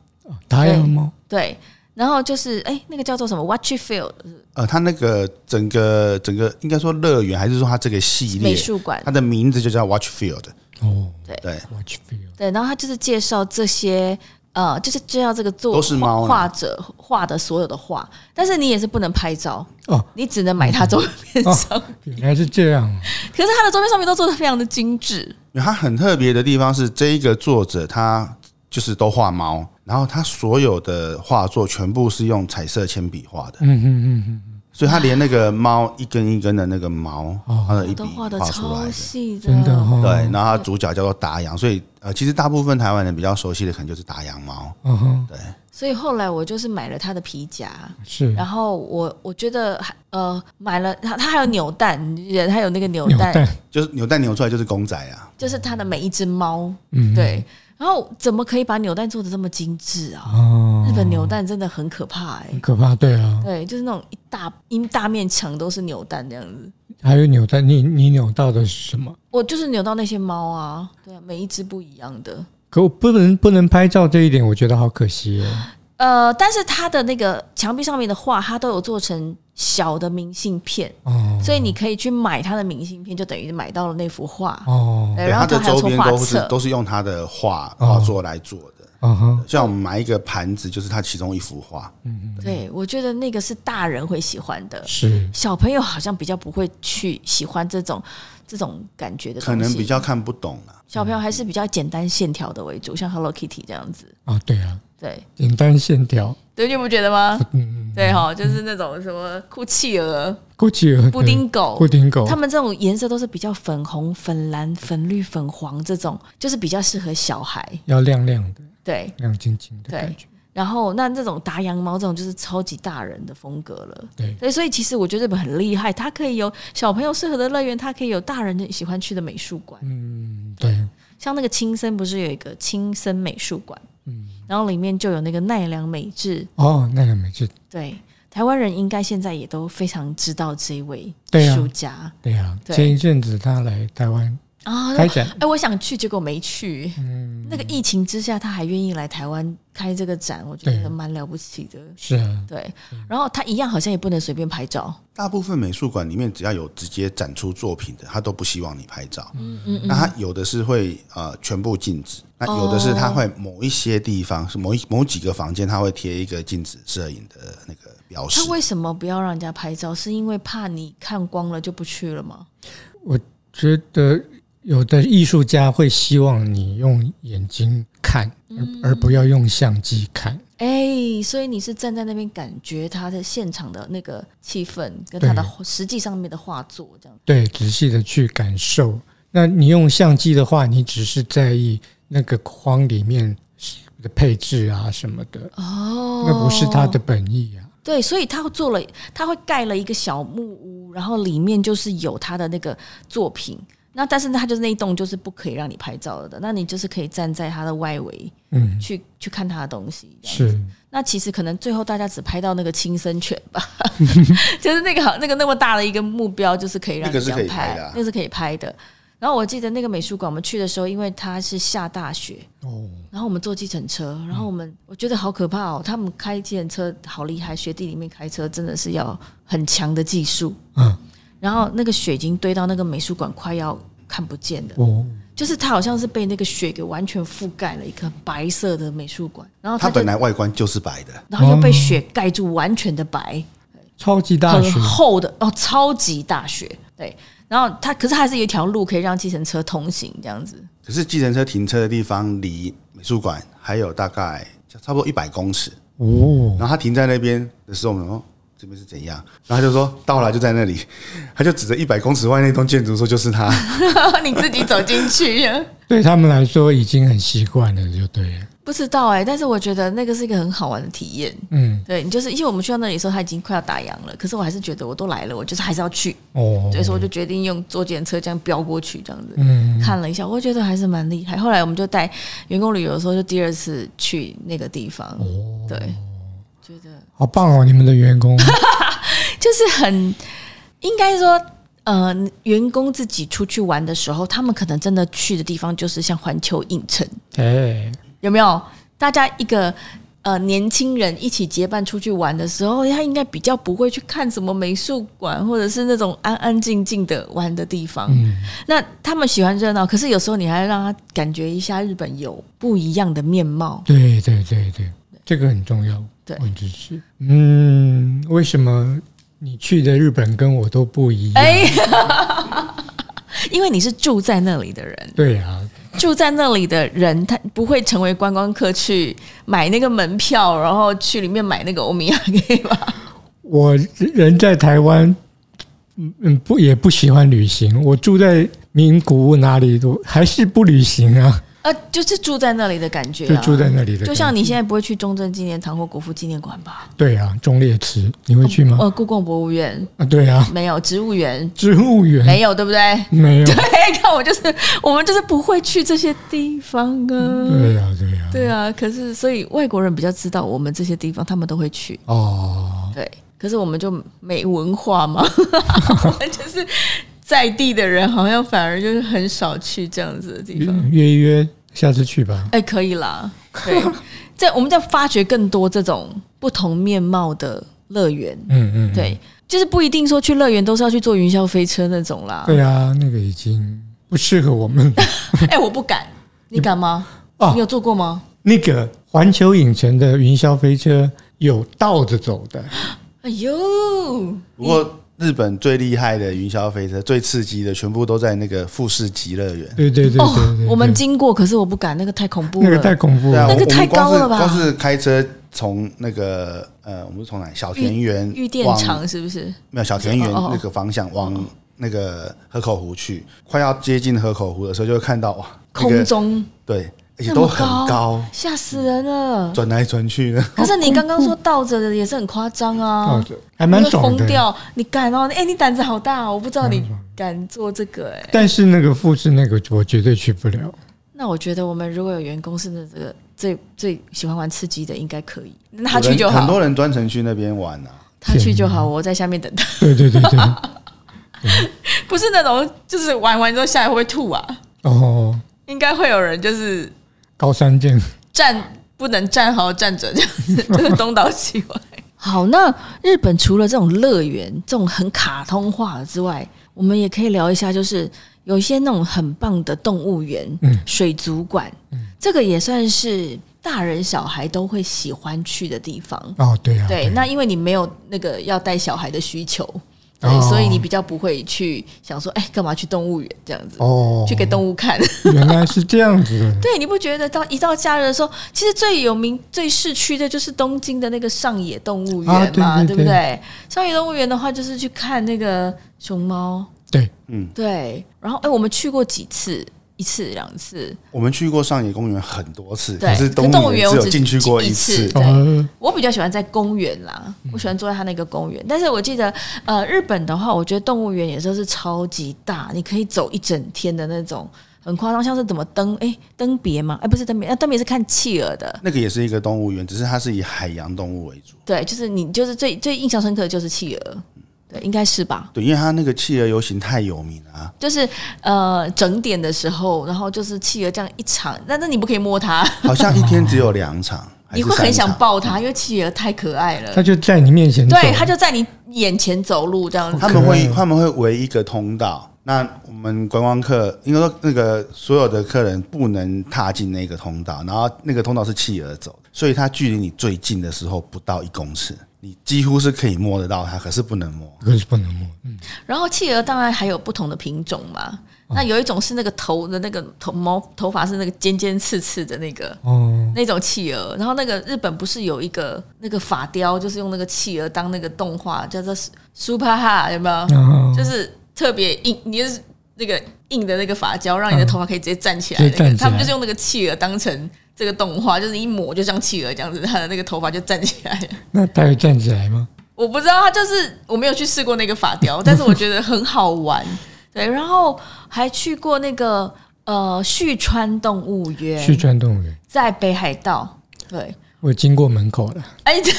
Speaker 2: 达洋猫，
Speaker 1: 对，然后就是哎那个叫做什么 Watchfield
Speaker 3: 呃，它那个整个整个应该说乐园，还是说它这个系
Speaker 1: 美
Speaker 3: 列，
Speaker 1: 术馆
Speaker 3: 它，的名字就叫 Watchfield。
Speaker 2: 哦，
Speaker 3: 对，
Speaker 2: 我去 feel，
Speaker 1: 对，然后它就是介绍这些呃，就是介绍这个作
Speaker 3: 都是猫
Speaker 1: 画
Speaker 3: 啦
Speaker 1: 画者画的所有的画，但是你也是不能拍照，
Speaker 2: 哦，
Speaker 1: 你只能买它周边
Speaker 2: 哦
Speaker 1: 上，
Speaker 2: 原来是这样， 啊
Speaker 1: 可是它的周边上面都做的非常的精致，
Speaker 3: 因为它很特别的地方是，这一个作者他就是都画猫，然后他所有的画作全部是用彩色铅笔画的，
Speaker 2: 嗯嗯嗯嗯，
Speaker 3: 所以他连那个猫一根一根的那个毛，
Speaker 2: 哦
Speaker 3: 他的一笔
Speaker 1: 都画的
Speaker 3: 出来
Speaker 1: 超
Speaker 3: 的。
Speaker 1: 细
Speaker 2: 真的哦，
Speaker 3: 对，然后他主角叫做达洋，所以呃，其实大部分台湾人比较熟悉的可能就是达洋猫。
Speaker 2: 嗯哼，
Speaker 1: 所以后来我就是买了它的皮夹，
Speaker 2: 是
Speaker 1: 然后我我觉得还呃买了 它，它还有扭蛋，你记得它有那个扭
Speaker 2: 扭
Speaker 1: 蛋，
Speaker 2: 蛋，
Speaker 3: 就是扭蛋扭出来就是公仔啊，
Speaker 1: 就是它的每一只猫，
Speaker 2: 嗯，
Speaker 1: 对。然后怎么可以把扭蛋做的这么精致啊？
Speaker 2: 哦，
Speaker 1: 日本扭蛋真的很可怕哎、
Speaker 2: 很可怕，对啊，
Speaker 1: 对，就是那种一大一大面墙都是扭蛋这样子。
Speaker 2: 还有扭蛋，你你扭到的是什么？
Speaker 1: 我就是扭到那些猫啊，对啊，每一只不一样的。
Speaker 2: 可我不能不能拍照这一点，我觉得好可惜耶。
Speaker 1: 呃，但是它的那个墙壁上面的画，它都有做成小的明信片，
Speaker 2: 哦
Speaker 1: 所以你可以去买它的明信片，就等于买到了那幅画。
Speaker 2: 哦
Speaker 1: 对，然后
Speaker 3: 他的
Speaker 1: 它还有
Speaker 3: 周
Speaker 1: 出
Speaker 3: 边
Speaker 1: 画
Speaker 3: 都是
Speaker 1: 册，
Speaker 3: 都是用他的画画作来做的。
Speaker 2: 哦嗯哼，
Speaker 3: 像我们买一个盘子，就是它其中一幅画，
Speaker 1: 对，我觉得那个是大人会喜欢的，
Speaker 2: 是
Speaker 1: 小朋友好像比较不会去喜欢这种这种感觉的东西，
Speaker 3: 可能比较看不懂啊。
Speaker 1: 小朋友还是比较简单线条的为主，像 Hello Kitty 这样子。
Speaker 2: 啊，对啊，
Speaker 1: 对，
Speaker 2: 简单线条，
Speaker 1: 对，你不觉得吗？
Speaker 2: 嗯，
Speaker 1: 对哈、就是那种什么哭泣鹅、
Speaker 2: 估计
Speaker 1: 布丁狗
Speaker 2: 布，丁狗
Speaker 1: 他，们这种颜色都是比较粉红、粉蓝、粉绿、粉黄这种，就是比较适合小孩。
Speaker 2: 要亮亮的，
Speaker 1: 对，
Speaker 2: 亮晶晶的
Speaker 1: 对
Speaker 2: 感觉，
Speaker 1: 然后那这种打羊毛这种就是超级大人的风格了。
Speaker 2: 对，
Speaker 1: 对，所以其实我觉得日本很厉害，它可以有小朋友适合的乐园，它可以有大人喜欢去的美术馆。
Speaker 2: 嗯，对，
Speaker 1: 像那个青森不是有一个青森美术馆，嗯，然后里面就有那个奈良美智，
Speaker 2: 哦，那个美智，
Speaker 1: 对，台湾人应该现在也都非常知道这一位
Speaker 2: 对啊
Speaker 1: 艺术家
Speaker 2: 对啊，
Speaker 1: 对
Speaker 2: 前一阵子他来台湾
Speaker 1: 啊。那
Speaker 2: 开展，
Speaker 1: 哎、我想去，结果没去。
Speaker 2: 嗯
Speaker 1: 那个疫情之下，他还愿意来台湾开这个展，我觉
Speaker 2: 对
Speaker 1: 得蛮了不起的。
Speaker 2: 是啊，
Speaker 1: 对，然后他一样好像也不能随便拍照，
Speaker 3: 大部分美术馆里面，只要有直接展出作品的，他都不希望你拍照。
Speaker 1: 嗯嗯
Speaker 3: 那他有的是会呃全部禁止，那有的是
Speaker 1: 哦
Speaker 3: 他会某一些地方是某一某几个房间，他会贴一个禁止摄影的那个标识
Speaker 1: 他。为什么不要让人家拍照？是因为怕你看光了就不去了吗？
Speaker 2: 觉得有的艺术家会希望你用眼睛看，
Speaker 1: 嗯
Speaker 2: 而而不要用相机看，
Speaker 1: 哎、所以你是站在那边感觉他的现场的那个气氛跟他的实际上面的画作这样。
Speaker 2: 对，仔细的去感受。那你用相机的话，你只是在意那个框里面的配置啊什么的，
Speaker 1: 哦
Speaker 2: 那不是他的本意啊。
Speaker 1: 对，所以他做了，他会盖了一个小木屋，然后里面就是有他的那个作品。那但是他就是那一栋就是不可以让你拍照的，那你就是可以站在他的外围
Speaker 2: 嗯，
Speaker 1: 去去看他的东西。这样
Speaker 2: 是
Speaker 1: 那其实可能最后大家只拍到那个亲生犬 吧，就是那个好那个那么大的一个目标，就是可以让
Speaker 3: 那
Speaker 1: 你
Speaker 3: 个
Speaker 1: 这
Speaker 3: 是可以
Speaker 1: 样
Speaker 3: 拍的啊
Speaker 1: 那个是可以拍的。然后我记得那个美术馆，我们去的时候，因为它是下大雪，
Speaker 2: 哦，
Speaker 1: 然后我们坐计程车，然后我
Speaker 3: 嗯
Speaker 1: 们、我觉得好可怕哦，他们开计程车好厉害，雪地里面开车真的是要很强的技术。
Speaker 2: 嗯，
Speaker 1: 然后那个雪已经堆到那个美术馆快要看不见了，
Speaker 2: 哦，
Speaker 1: 就是它好像是被那个雪给完全覆盖了一个白色的美术馆，然后
Speaker 3: 它
Speaker 1: 就
Speaker 3: 本来外观就是白的，
Speaker 1: 然后又被雪盖住，完全的白。
Speaker 2: 超级大
Speaker 1: 很
Speaker 2: 学，
Speaker 1: 厚的哦，超级大雪。对，然后它可是它还是有一条路可以让计程车通行这样子。
Speaker 3: 可是计程车停车的地方离美术馆还有大概差不多一百公尺。
Speaker 2: 哦，
Speaker 3: 然后他停在那边的时候，我们说哦这边是怎样？然后他就说到了就在那里，他就指着一百公尺外那栋建筑说就是它。
Speaker 1: 你自己走进去，
Speaker 2: 对他们来说已经很习惯了，就对了。
Speaker 1: 不知道哎、但是我觉得那个是一个很好玩的体验。
Speaker 2: 嗯，
Speaker 1: 对你就是，因为我们去到那里的时候，它已经快要打烊了，可是我还是觉得我都来了，我就是还是要去，
Speaker 2: 哦，
Speaker 1: 所以说我就决定用坐检车这样飙过去，这样子、
Speaker 2: 嗯，
Speaker 1: 看了一下，我觉得还是蛮厉害。后来我们就带员工旅游的时候，就第二次去那个地方，
Speaker 2: 哦，
Speaker 1: 对，觉得
Speaker 2: 好棒哦，你们的 员工，
Speaker 1: 就是很应该说，呃，员工自己出去玩的时候，他们可能真的去的地方就是像环球影城，
Speaker 2: 哎，
Speaker 1: 有没有？大家一个呃年轻人一起结伴出去玩的时候，他应该比较不会去看什么美术馆，或者是那种安安静静的玩的地方。那他们喜欢热闹，可是有时候你还让他感觉一下日本有不一样的面貌。
Speaker 2: 对对对对，这个很重要，
Speaker 1: 对
Speaker 2: 我很支持。嗯，为什么你去的日本跟我都不一样？
Speaker 1: 哎，因为你是住在那里的人。
Speaker 2: 对啊，
Speaker 1: 住在那里的人，他不会成为观光客去买那个门票，然后去里面买那个欧米亚给吧？
Speaker 2: 我人在台湾，嗯嗯，不也不喜欢旅行。我住在名古屋哪里都还是不旅行啊，
Speaker 1: 呃，就是住在那里的感觉、
Speaker 2: 就
Speaker 1: 啊，
Speaker 2: 住在那里的感觉。
Speaker 1: 就像你现在不会去中正纪念堂或国父纪念馆吧？
Speaker 2: 对啊，忠烈祠你会去吗？
Speaker 1: 呃，故宫博物院
Speaker 2: 啊，对啊，
Speaker 1: 没有，植物园
Speaker 2: 植物园
Speaker 1: 没有，对不 对？
Speaker 2: 没有，
Speaker 1: 对，看我就是我们就是不会去这些地方啊。
Speaker 2: 对啊，对啊，
Speaker 1: 对啊，可是所以外国人比较知道我们这些地方，他们都会去。
Speaker 2: 哦，
Speaker 1: 对，可是我们就没文化嘛， 我们就是在地的人，好像反而就是很少去这样子的地
Speaker 2: 约
Speaker 1: 方。
Speaker 2: 约一约，下次去吧。
Speaker 1: 哎、可以啦，对， 在我们在发掘更多这种不同面貌的乐园，
Speaker 2: 嗯嗯，嗯
Speaker 1: 对，就是不一定说去乐园都是要去坐云霄飞车那种啦。
Speaker 2: 对啊，那个已经不适合我们了。
Speaker 1: 哎、我不敢，你敢吗？
Speaker 2: 啊
Speaker 1: 你有做过吗？
Speaker 2: 那个环球影城的云霄飞车有倒着走的，
Speaker 1: 哎呦，
Speaker 3: 不过日本最厉害的云霄飞车、最刺激的，全部都在那个富士极乐园。
Speaker 2: 对对对对对对
Speaker 1: 哦我们经过，可是我不敢，那个太恐怖
Speaker 2: 那个
Speaker 1: 了。
Speaker 2: 太恐怖
Speaker 3: 对啊，
Speaker 2: 了
Speaker 1: 那。个
Speaker 3: 我
Speaker 1: 太高
Speaker 3: 我
Speaker 1: 了
Speaker 3: 们光是
Speaker 1: 吧
Speaker 3: 光是开车从那个呃，我们是从哪里？小田园
Speaker 1: 玉电
Speaker 3: 往
Speaker 1: 厂是不是？
Speaker 3: 没有小田园
Speaker 1: 哦哦
Speaker 3: 那个方向往那个河口湖去，快要接近河口湖的时候，就会看到哇，那
Speaker 1: 空
Speaker 3: 个
Speaker 1: 中
Speaker 3: 对，而且
Speaker 1: 那
Speaker 3: 都
Speaker 1: 么
Speaker 3: 很高，
Speaker 1: 吓死人了。
Speaker 3: 转来转去的。
Speaker 1: 可是你刚刚说倒着的也是很夸张啊
Speaker 2: 倒，着还哦蛮
Speaker 1: 你会
Speaker 2: 爽
Speaker 1: 疯
Speaker 2: 的，
Speaker 1: 掉！你敢哦？哎、你胆子好大、哦，我不知道你敢做这个哎、
Speaker 2: 但是那个复制那个我绝对去不了。
Speaker 1: 那我觉得我们如果有员工是那这个最最喜欢玩刺激的，应该可以，那他去就
Speaker 3: 很
Speaker 1: 好，
Speaker 3: 多人专程去那边玩啊。
Speaker 1: 他去就好，我在下面等他。
Speaker 2: 对对对对，
Speaker 1: 不是那种就是玩完之后下来会不会吐啊？
Speaker 2: 哦，
Speaker 1: 应该会有人就是
Speaker 2: 高山症，
Speaker 1: 站不能站好站着，这样子 就是东倒西歪。好，那日本除了这种乐园这种很卡通化的之外，我们也可以聊一下，就是有一些那种很棒的动物园、
Speaker 2: 嗯
Speaker 1: 水族馆，这个也算是大人小孩都会喜欢去的地方。
Speaker 2: 哦，对啊，
Speaker 1: 对，那因为你没有那个要带小孩的需求，对，
Speaker 2: 哦
Speaker 1: 所以你比较不会去想说，哎，干嘛去动物园这样子，
Speaker 2: 哦，
Speaker 1: 去给动物看。
Speaker 2: 原来是这样子的，
Speaker 1: 对，你不觉得到一到假日的时候，其实最有名、最市区的就是东京的那个上野动物园嘛，
Speaker 2: 啊对对对
Speaker 1: 不对？上野动物园的话，就是去看那个熊猫，
Speaker 2: 对，
Speaker 3: 嗯，
Speaker 1: 对。然后，哎，我们去过几次？一次、两次。
Speaker 3: 我们去过上野公园很多次，
Speaker 1: 对
Speaker 3: 可是动
Speaker 1: 可动物
Speaker 3: 物
Speaker 1: 园
Speaker 3: 园只
Speaker 1: 我
Speaker 3: 有
Speaker 1: 只
Speaker 3: 进去过一
Speaker 1: 进一
Speaker 3: 次
Speaker 1: 次。对
Speaker 2: 哦，
Speaker 1: 我比较喜欢在公园啦，
Speaker 2: 嗯
Speaker 1: 我喜欢坐在它那个公园。但是我记得，呃，日本的话，我觉得动物园也都是超级大，你可以走一整天的那种，很夸张，像是怎么登哎登别嘛，哎不是登别，啊登别是看企鹅的，
Speaker 3: 那个也是一个动物园，只是它是以海洋动物为主。
Speaker 1: 对，就是你就是最最印象深刻的就是企鹅，对，应该是吧？
Speaker 3: 对，因为它那个企鹅游行太有名了、啊，
Speaker 1: 就是呃整点的时候，然后就是企鹅这样一场，但是你不可以摸它，
Speaker 3: 好像一天只有两场，还
Speaker 1: 你
Speaker 3: 是
Speaker 1: 会
Speaker 3: 三
Speaker 1: 很想
Speaker 3: 场。
Speaker 1: 抱它，因为企鹅太可爱
Speaker 2: 他
Speaker 1: 了。
Speaker 2: 就在你面前走，
Speaker 1: 对，它就在你眼前走路这样子
Speaker 3: 他。们会
Speaker 2: 可爱
Speaker 3: 他们会围一个通道，那我们观光客应该说那个所有的客人不能踏进那个通道，然后那个通道是企鹅走，所以它距离你最近的时候不到一公尺，你几乎是可以摸得到它，可是不能摸。
Speaker 2: 可是不能摸，嗯
Speaker 1: 然后企鹅当然还有不同的品种嘛，
Speaker 3: 哦
Speaker 1: 那有一种是那个头的那个头毛头发是那个尖尖刺刺的那个，
Speaker 2: 哦，
Speaker 1: 那种企鹅，然后那个日本不是有一个那个法雕，就是用那个企鹅当那个动画，叫做 Super Ha，有没有？
Speaker 2: 哦
Speaker 1: 就是特别硬，你就是那个硬的那个发胶，让你的头发可以直接站起来、
Speaker 2: 嗯
Speaker 1: 那
Speaker 2: 直接
Speaker 1: 个
Speaker 2: 站起来
Speaker 1: 他们就是用那个企鹅当成这个动画，就是一抹就像企鹅这样子，他的那个头发就站起来了。
Speaker 2: 那他会站起来吗？
Speaker 1: 我不知道，他就是我没有去试过那个发雕，但是我觉得很好 玩。对，然后还去过那个呃旭川动物
Speaker 2: 旭
Speaker 1: 园，
Speaker 2: 川动物园，
Speaker 1: 在北海道。对，
Speaker 2: 我经过门口了，
Speaker 1: 哎，这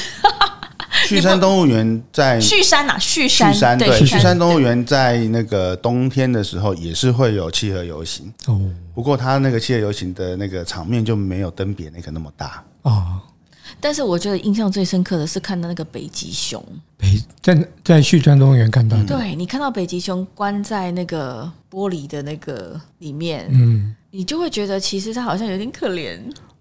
Speaker 3: 旭山动物园 在
Speaker 1: 旭山呐，旭
Speaker 3: 旭
Speaker 1: 山，
Speaker 3: 山
Speaker 1: 对，
Speaker 3: 对
Speaker 1: 旭
Speaker 3: 旭山动物
Speaker 1: 园。
Speaker 3: 园在那个冬天的时候也是会有企鹅游行，
Speaker 2: 哦
Speaker 3: 不过它那个企鹅游行的那个场面就没有登别那个那么大。
Speaker 2: 哦，
Speaker 1: 但是我觉得印象最深刻的是看到那个北极熊，
Speaker 2: 北在在旭川动物园看到的，
Speaker 1: 对你看到北极熊关在那个玻璃的那个里面，
Speaker 2: 嗯，
Speaker 1: 你就会觉得其实它好像有点可怜。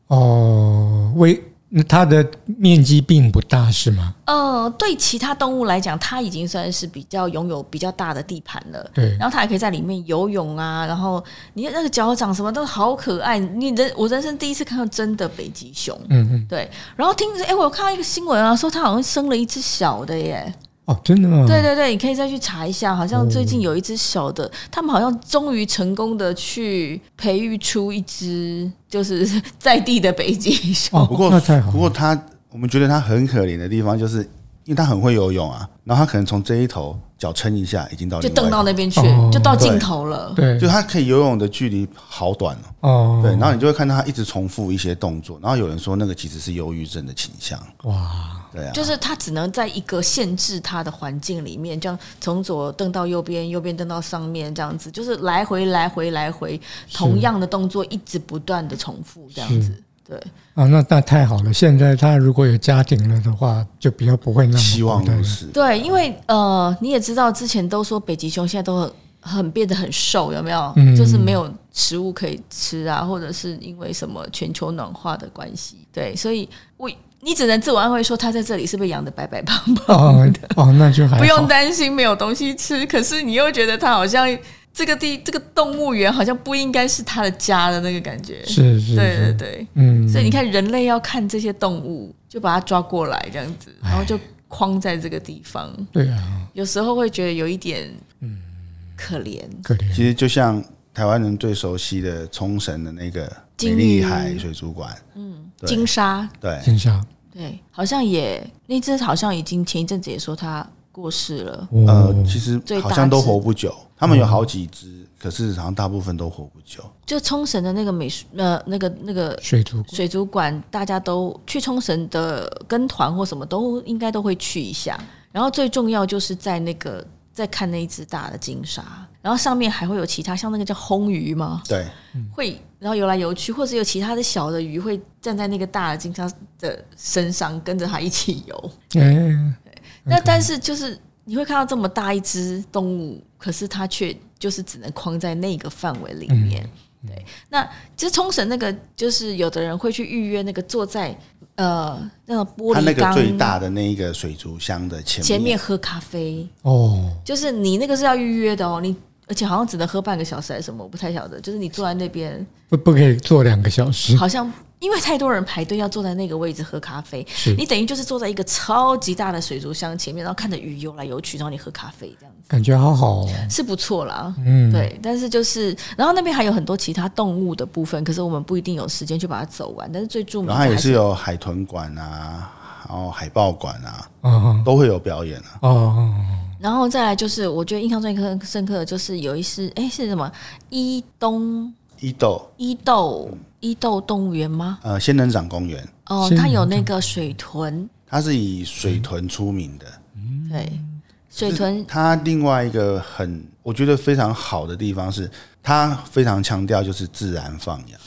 Speaker 2: 哦，为那它的面积并不大是吗？
Speaker 1: 呃，对其他动物来讲，它已经算是比较拥有比较大的地盘了。
Speaker 2: 对，
Speaker 1: 然后它还可以在里面游泳啊，然后你那个脚掌什么都好可爱。你人我人生第一次看到真的北极熊，
Speaker 2: 嗯嗯，
Speaker 1: 对。然后听着，哎、我有看到一个新闻啊，说它好像生了一只小的耶。
Speaker 2: 哦，真的
Speaker 3: 嗯
Speaker 2: 吗？
Speaker 1: 对对对，你可以再去查一下，好像最近有一只小的，他们好像终于成功的去培育出一只就是在地的北极熊。
Speaker 2: 哦，
Speaker 3: 不过
Speaker 2: 那太好了，
Speaker 3: 不过它，我们觉得它很可怜的地方，就是因为它很会游泳啊，然后它可能从这一头脚撑一下，已经 到
Speaker 1: 就
Speaker 3: 另外
Speaker 1: 瞪
Speaker 3: 一
Speaker 1: 到
Speaker 3: 头，
Speaker 1: 那边去，
Speaker 2: 哦
Speaker 1: 就到尽头了。
Speaker 2: 对
Speaker 3: 就它可以游泳的距离好短哦。
Speaker 2: 哦，
Speaker 3: 对，然后你就会看到它一直重复一些动作，然后有人说那个其实是忧郁症的倾向。
Speaker 2: 哇，
Speaker 3: 对啊，
Speaker 1: 就是它只能在一个限制它的环境里面，这样从左瞪到右边，右边瞪到上面，这样子就是来回来回来回，同样的动作一直不断的重复，这样子。对，
Speaker 2: 啊，那那太好了。现在他如果有家庭了的话，就比较不会那么
Speaker 3: 希望
Speaker 2: 孤单
Speaker 3: 如
Speaker 2: 了
Speaker 3: 是。
Speaker 1: 对，因为呃，你也知道，之前都说北极熊现在都很很变得很瘦，有没有？
Speaker 2: 嗯
Speaker 1: 就是没有食物可以吃啊，或者是因为什么全球暖化的关系，对，所以我你只能自我安慰说他在这里是被养的白白胖胖，
Speaker 2: 哦哦，那就还好
Speaker 1: 不用担心没有东西吃，可是你又觉得他好像这个地这个动物园好像不应该是他的家的那个感觉，
Speaker 2: 是是
Speaker 1: 对对
Speaker 2: 是，
Speaker 1: 对，
Speaker 2: 嗯，
Speaker 1: 所以你看人类要看这些动物，就把它抓过来这样子，然后就框在这个地方，
Speaker 2: 对啊，
Speaker 1: 有时候会觉得有一点可怜，
Speaker 2: 可怜
Speaker 3: 其实就像台湾人最熟悉的冲绳的那个美
Speaker 1: 金
Speaker 3: 丽
Speaker 1: 鱼
Speaker 3: 海水族馆，嗯，对
Speaker 1: 金沙
Speaker 3: 对，
Speaker 2: 金沙，
Speaker 1: 对，好像也那只好像已经前一阵子也说它过世了，
Speaker 3: 呃
Speaker 2: 哦，，
Speaker 3: 其实
Speaker 1: 最大
Speaker 3: 好像都
Speaker 1: 只
Speaker 3: 活不久，他们有好几只，可是好像大部分都活不久。
Speaker 1: 就冲绳的那个美术呃那个那个
Speaker 2: 水族馆
Speaker 1: 水族馆，大家都去冲绳的跟团或什么都应该都会去一下。然后最重要就是在那个在看那一只大的金鲨，然后上面还会有其他像那个叫红鱼吗？
Speaker 3: 对，
Speaker 1: 会然后游来游去，或者有其他的小的鱼会站在那个大的金鲨的身上跟着它一起游。
Speaker 2: 哎，
Speaker 1: 那但是就是你会看到这么大一只动物，可是它却就是只能框在那个范围里面。对，那其实冲绳那个就是有的人会去预约那个坐在呃那个玻
Speaker 3: 它那
Speaker 1: 璃
Speaker 3: 个
Speaker 1: 缸
Speaker 3: 最大的那一个水族箱的前
Speaker 1: 前面喝咖啡，
Speaker 2: 哦，
Speaker 1: 就是你那个是要预约的哦，你而且好像只能喝半个小时还是什么，我不太晓得。就是你坐在那边，
Speaker 2: 不不可以坐两个小时，
Speaker 1: 好像因为太多人排队要坐在那个位置喝咖啡，
Speaker 2: 是
Speaker 1: 你等于就是坐在一个超级大的水族箱前面，然后看着鱼游来游去，然后你喝咖啡这样子
Speaker 2: 感觉好好哦，
Speaker 1: 是不错啦。
Speaker 2: 嗯，，
Speaker 1: 对，但是就是，然后那边还有很多其他动物的部分，可是我们不一定有时间去把它走完。但是最著名
Speaker 3: 面，
Speaker 1: 的
Speaker 3: 然后它也
Speaker 1: 还
Speaker 3: 是有海豚馆啊，然后海豹馆啊，
Speaker 2: 哦
Speaker 3: 都会有表演啊。
Speaker 2: 哦哦，
Speaker 1: 然后再来就是，我觉得印象最深刻深刻的就是有一次，哎，是什么伊东
Speaker 3: 伊豆，
Speaker 1: 伊豆伊豆动物园吗？
Speaker 3: 呃，仙人掌公园，
Speaker 1: 哦，
Speaker 2: 仙
Speaker 1: 它
Speaker 2: 人
Speaker 1: 有那个水豚，
Speaker 3: 它是以水豚出名的。
Speaker 1: 对，水豚
Speaker 3: 它另外一个很，我觉得非常好的地方是，它非常强调就是自然放养，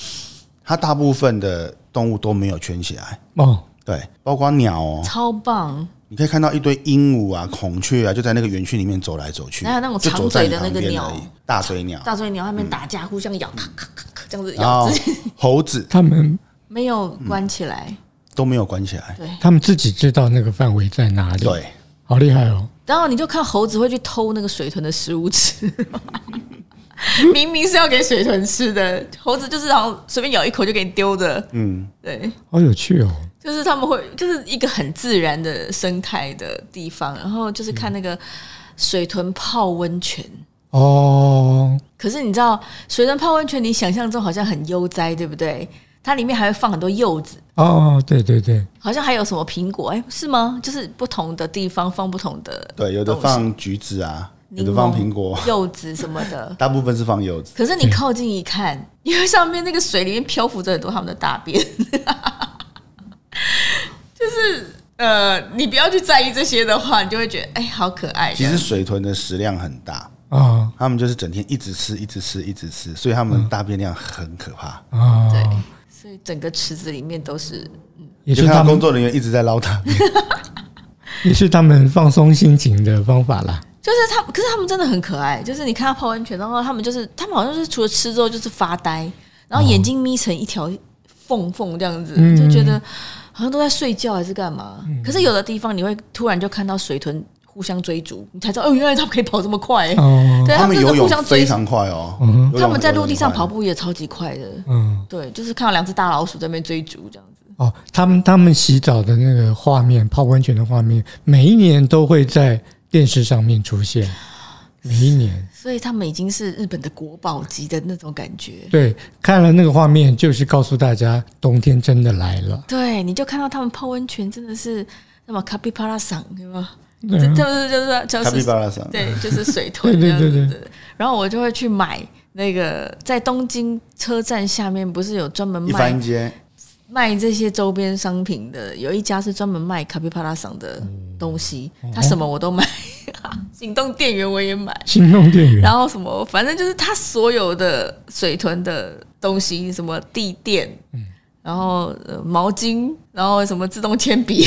Speaker 3: 它大部分的动物都没有圈起来，
Speaker 2: 哦，
Speaker 3: 对，包括鸟哦，
Speaker 1: 超棒，
Speaker 3: 你可以看到一堆鹦鹉啊、孔雀啊，就在那个园区里面走来走去，
Speaker 1: 哪有那种
Speaker 3: 就走
Speaker 1: 长
Speaker 3: 在
Speaker 1: 嘴
Speaker 3: 你
Speaker 1: 的那
Speaker 3: 旁
Speaker 1: 个
Speaker 3: 边
Speaker 1: 鸟
Speaker 3: 而已，大嘴鸟，
Speaker 1: 大嘴鸟它们打架，互相咬，咔咔咔咔这样子
Speaker 3: 然
Speaker 1: 咬
Speaker 3: 后
Speaker 1: 自己，
Speaker 3: 猴子
Speaker 2: 他们
Speaker 1: 没有关起来。
Speaker 3: 都没有关 起来，
Speaker 1: 对，
Speaker 2: 他们自己知道那个范围在哪里，，
Speaker 3: 对，
Speaker 2: 好厉害哦，
Speaker 1: 然后你就看猴子会去偷那个水豚的食物吃， 明明是要给水豚吃的，猴子就是好像随便咬一口就给你丢的。
Speaker 3: 嗯，
Speaker 1: 对，
Speaker 2: 好有趣哦，
Speaker 1: 就是他们会就是一个很自然的生态的地方，然后就是看那个水豚泡温泉。
Speaker 2: 哦，
Speaker 1: 可是你知道，水豚泡温泉，你想象中好像很悠哉，对不对？它里面还会放很多柚子，
Speaker 2: 哦，对对对，
Speaker 1: 好像还有什么苹果，哎、是吗？就是不同的地方放不同的
Speaker 3: 对，有的
Speaker 1: 东西
Speaker 3: 放橘子啊，
Speaker 1: 柠
Speaker 3: 有的
Speaker 1: 檬、
Speaker 3: 放苹果， 。
Speaker 1: 柚子什么的
Speaker 3: 大部分是放柚子，
Speaker 1: 可是你靠近一看， 因为上面那个水里面漂浮着很多他们的大便， 就是呃，你不要去在意这些的话，你就会觉得哎、好可爱。
Speaker 3: 其实水豚的食量很大，
Speaker 2: 啊
Speaker 3: 它们就是整天一直吃、一直吃、一直吃，所以它们的大便量很可怕。
Speaker 2: 啊，
Speaker 1: 对，所以整个池子里面都是
Speaker 2: 也
Speaker 3: 就是看
Speaker 2: 他
Speaker 3: 到工
Speaker 2: 们
Speaker 3: 作人员一直在捞它，
Speaker 2: 也是他们放松心情的方法啦，
Speaker 1: 就是他们，可是他们真的很可爱。就是你看他泡温泉，然后他们就是他们好像是除了吃之后就是发呆，然后眼睛眯成一条缝缝这样子，
Speaker 2: 嗯
Speaker 1: 就觉得好像都在睡觉还是干嘛。
Speaker 3: 嗯
Speaker 1: 可是有的地方你会突然就看到水豚互相追逐，你才知道哦，原来他们可以跑这么快、
Speaker 2: 哦，
Speaker 1: 对，
Speaker 3: 它
Speaker 1: 们
Speaker 3: 嗯
Speaker 1: 真
Speaker 3: 们游
Speaker 1: 的互
Speaker 3: 泳
Speaker 1: 相追
Speaker 3: 非
Speaker 1: 逐，
Speaker 3: 常快哦
Speaker 2: 嗯哼，
Speaker 3: 游泳
Speaker 1: 他们在陆地上
Speaker 3: 非常
Speaker 1: 跑
Speaker 3: 快。
Speaker 1: 步也超级快的。
Speaker 2: 嗯，
Speaker 1: 对，就是看到两只大老鼠在那边追逐这样子。
Speaker 2: 哦，他们他们洗澡的那个画面，泡温泉的画面，每一年都会在电视上面出现，每一年。
Speaker 1: 所以他们已经是日本的国宝级的那种感觉。
Speaker 2: 对，看了那个画面，就是告诉大家冬天真的来了。
Speaker 1: 对，你就看到他们泡温泉真的是那么卡比巴拉嗓，对吗？
Speaker 2: 对
Speaker 1: 这就
Speaker 2: 啊
Speaker 1: 是就是就
Speaker 3: 卡皮
Speaker 1: 是
Speaker 3: 巴拉桑，
Speaker 1: 对，就是水豚这
Speaker 2: 对
Speaker 1: 样
Speaker 2: 对
Speaker 1: 子
Speaker 2: 对
Speaker 1: 的。然后我就会去买那个在东京车站下面不是有专门
Speaker 3: 一
Speaker 1: 卖
Speaker 3: 番街
Speaker 1: 卖这些周边商品的，有一家是专门卖卡皮巴拉桑的
Speaker 2: 嗯
Speaker 1: 东西，
Speaker 2: 哦
Speaker 1: 它什么我都买，行动电源我也买，
Speaker 2: 心动电源
Speaker 1: 然后什么反正就是它所有的水豚的东西，什么地垫，
Speaker 2: 嗯
Speaker 1: 然后、呃、毛巾， 然后什么自动铅笔，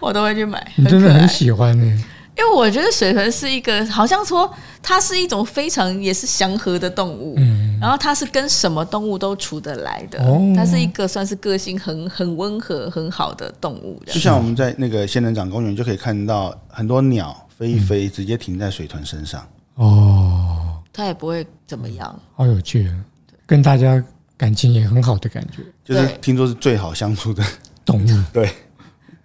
Speaker 1: 我都会去买，
Speaker 2: 你真的
Speaker 1: 可爱
Speaker 2: 很喜欢呢、
Speaker 1: 因为我觉得水豚是一个，好像说它是一种非常也是祥和的动物，然后它是跟什么动物都处得来的，
Speaker 2: 哦
Speaker 1: 它是一个算是个性很很温和、很好的动物的
Speaker 3: 就。像我们在那个仙人掌公园就可以看到很多鸟飞一
Speaker 1: 嗯
Speaker 3: 飞，直接停在水豚身上。
Speaker 2: 哦，
Speaker 1: 它也不会怎么样。
Speaker 3: 嗯
Speaker 2: 好有趣啊，跟大家感情也很好的感觉，
Speaker 3: 就是
Speaker 1: 对
Speaker 3: 听说是最好相 处的，
Speaker 2: 动物。
Speaker 3: 对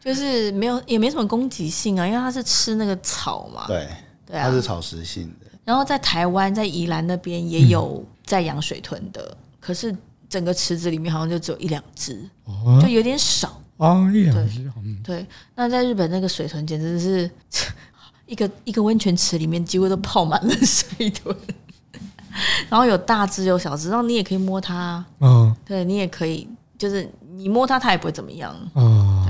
Speaker 1: 就是没有，也没什么攻击性啊，因为它是吃那个草嘛。
Speaker 3: 对，
Speaker 1: 对
Speaker 3: 它
Speaker 1: 啊，
Speaker 3: 是草食性的。
Speaker 1: 然后在台湾，在宜兰那边也
Speaker 3: 嗯
Speaker 1: 有在养水豚的，可是整个池子里面好像就只有一两只，
Speaker 2: 哦
Speaker 1: 就有点少。
Speaker 2: 哦，一两只，嗯
Speaker 1: 对，那在日本那个水豚简直是 一个一个温泉池里面几乎都泡满了 水豚，然后有大只有小只，然后你也可以摸它，
Speaker 2: 哦
Speaker 1: 对你也可以，就是你摸它它也不会怎么样。
Speaker 2: 哦，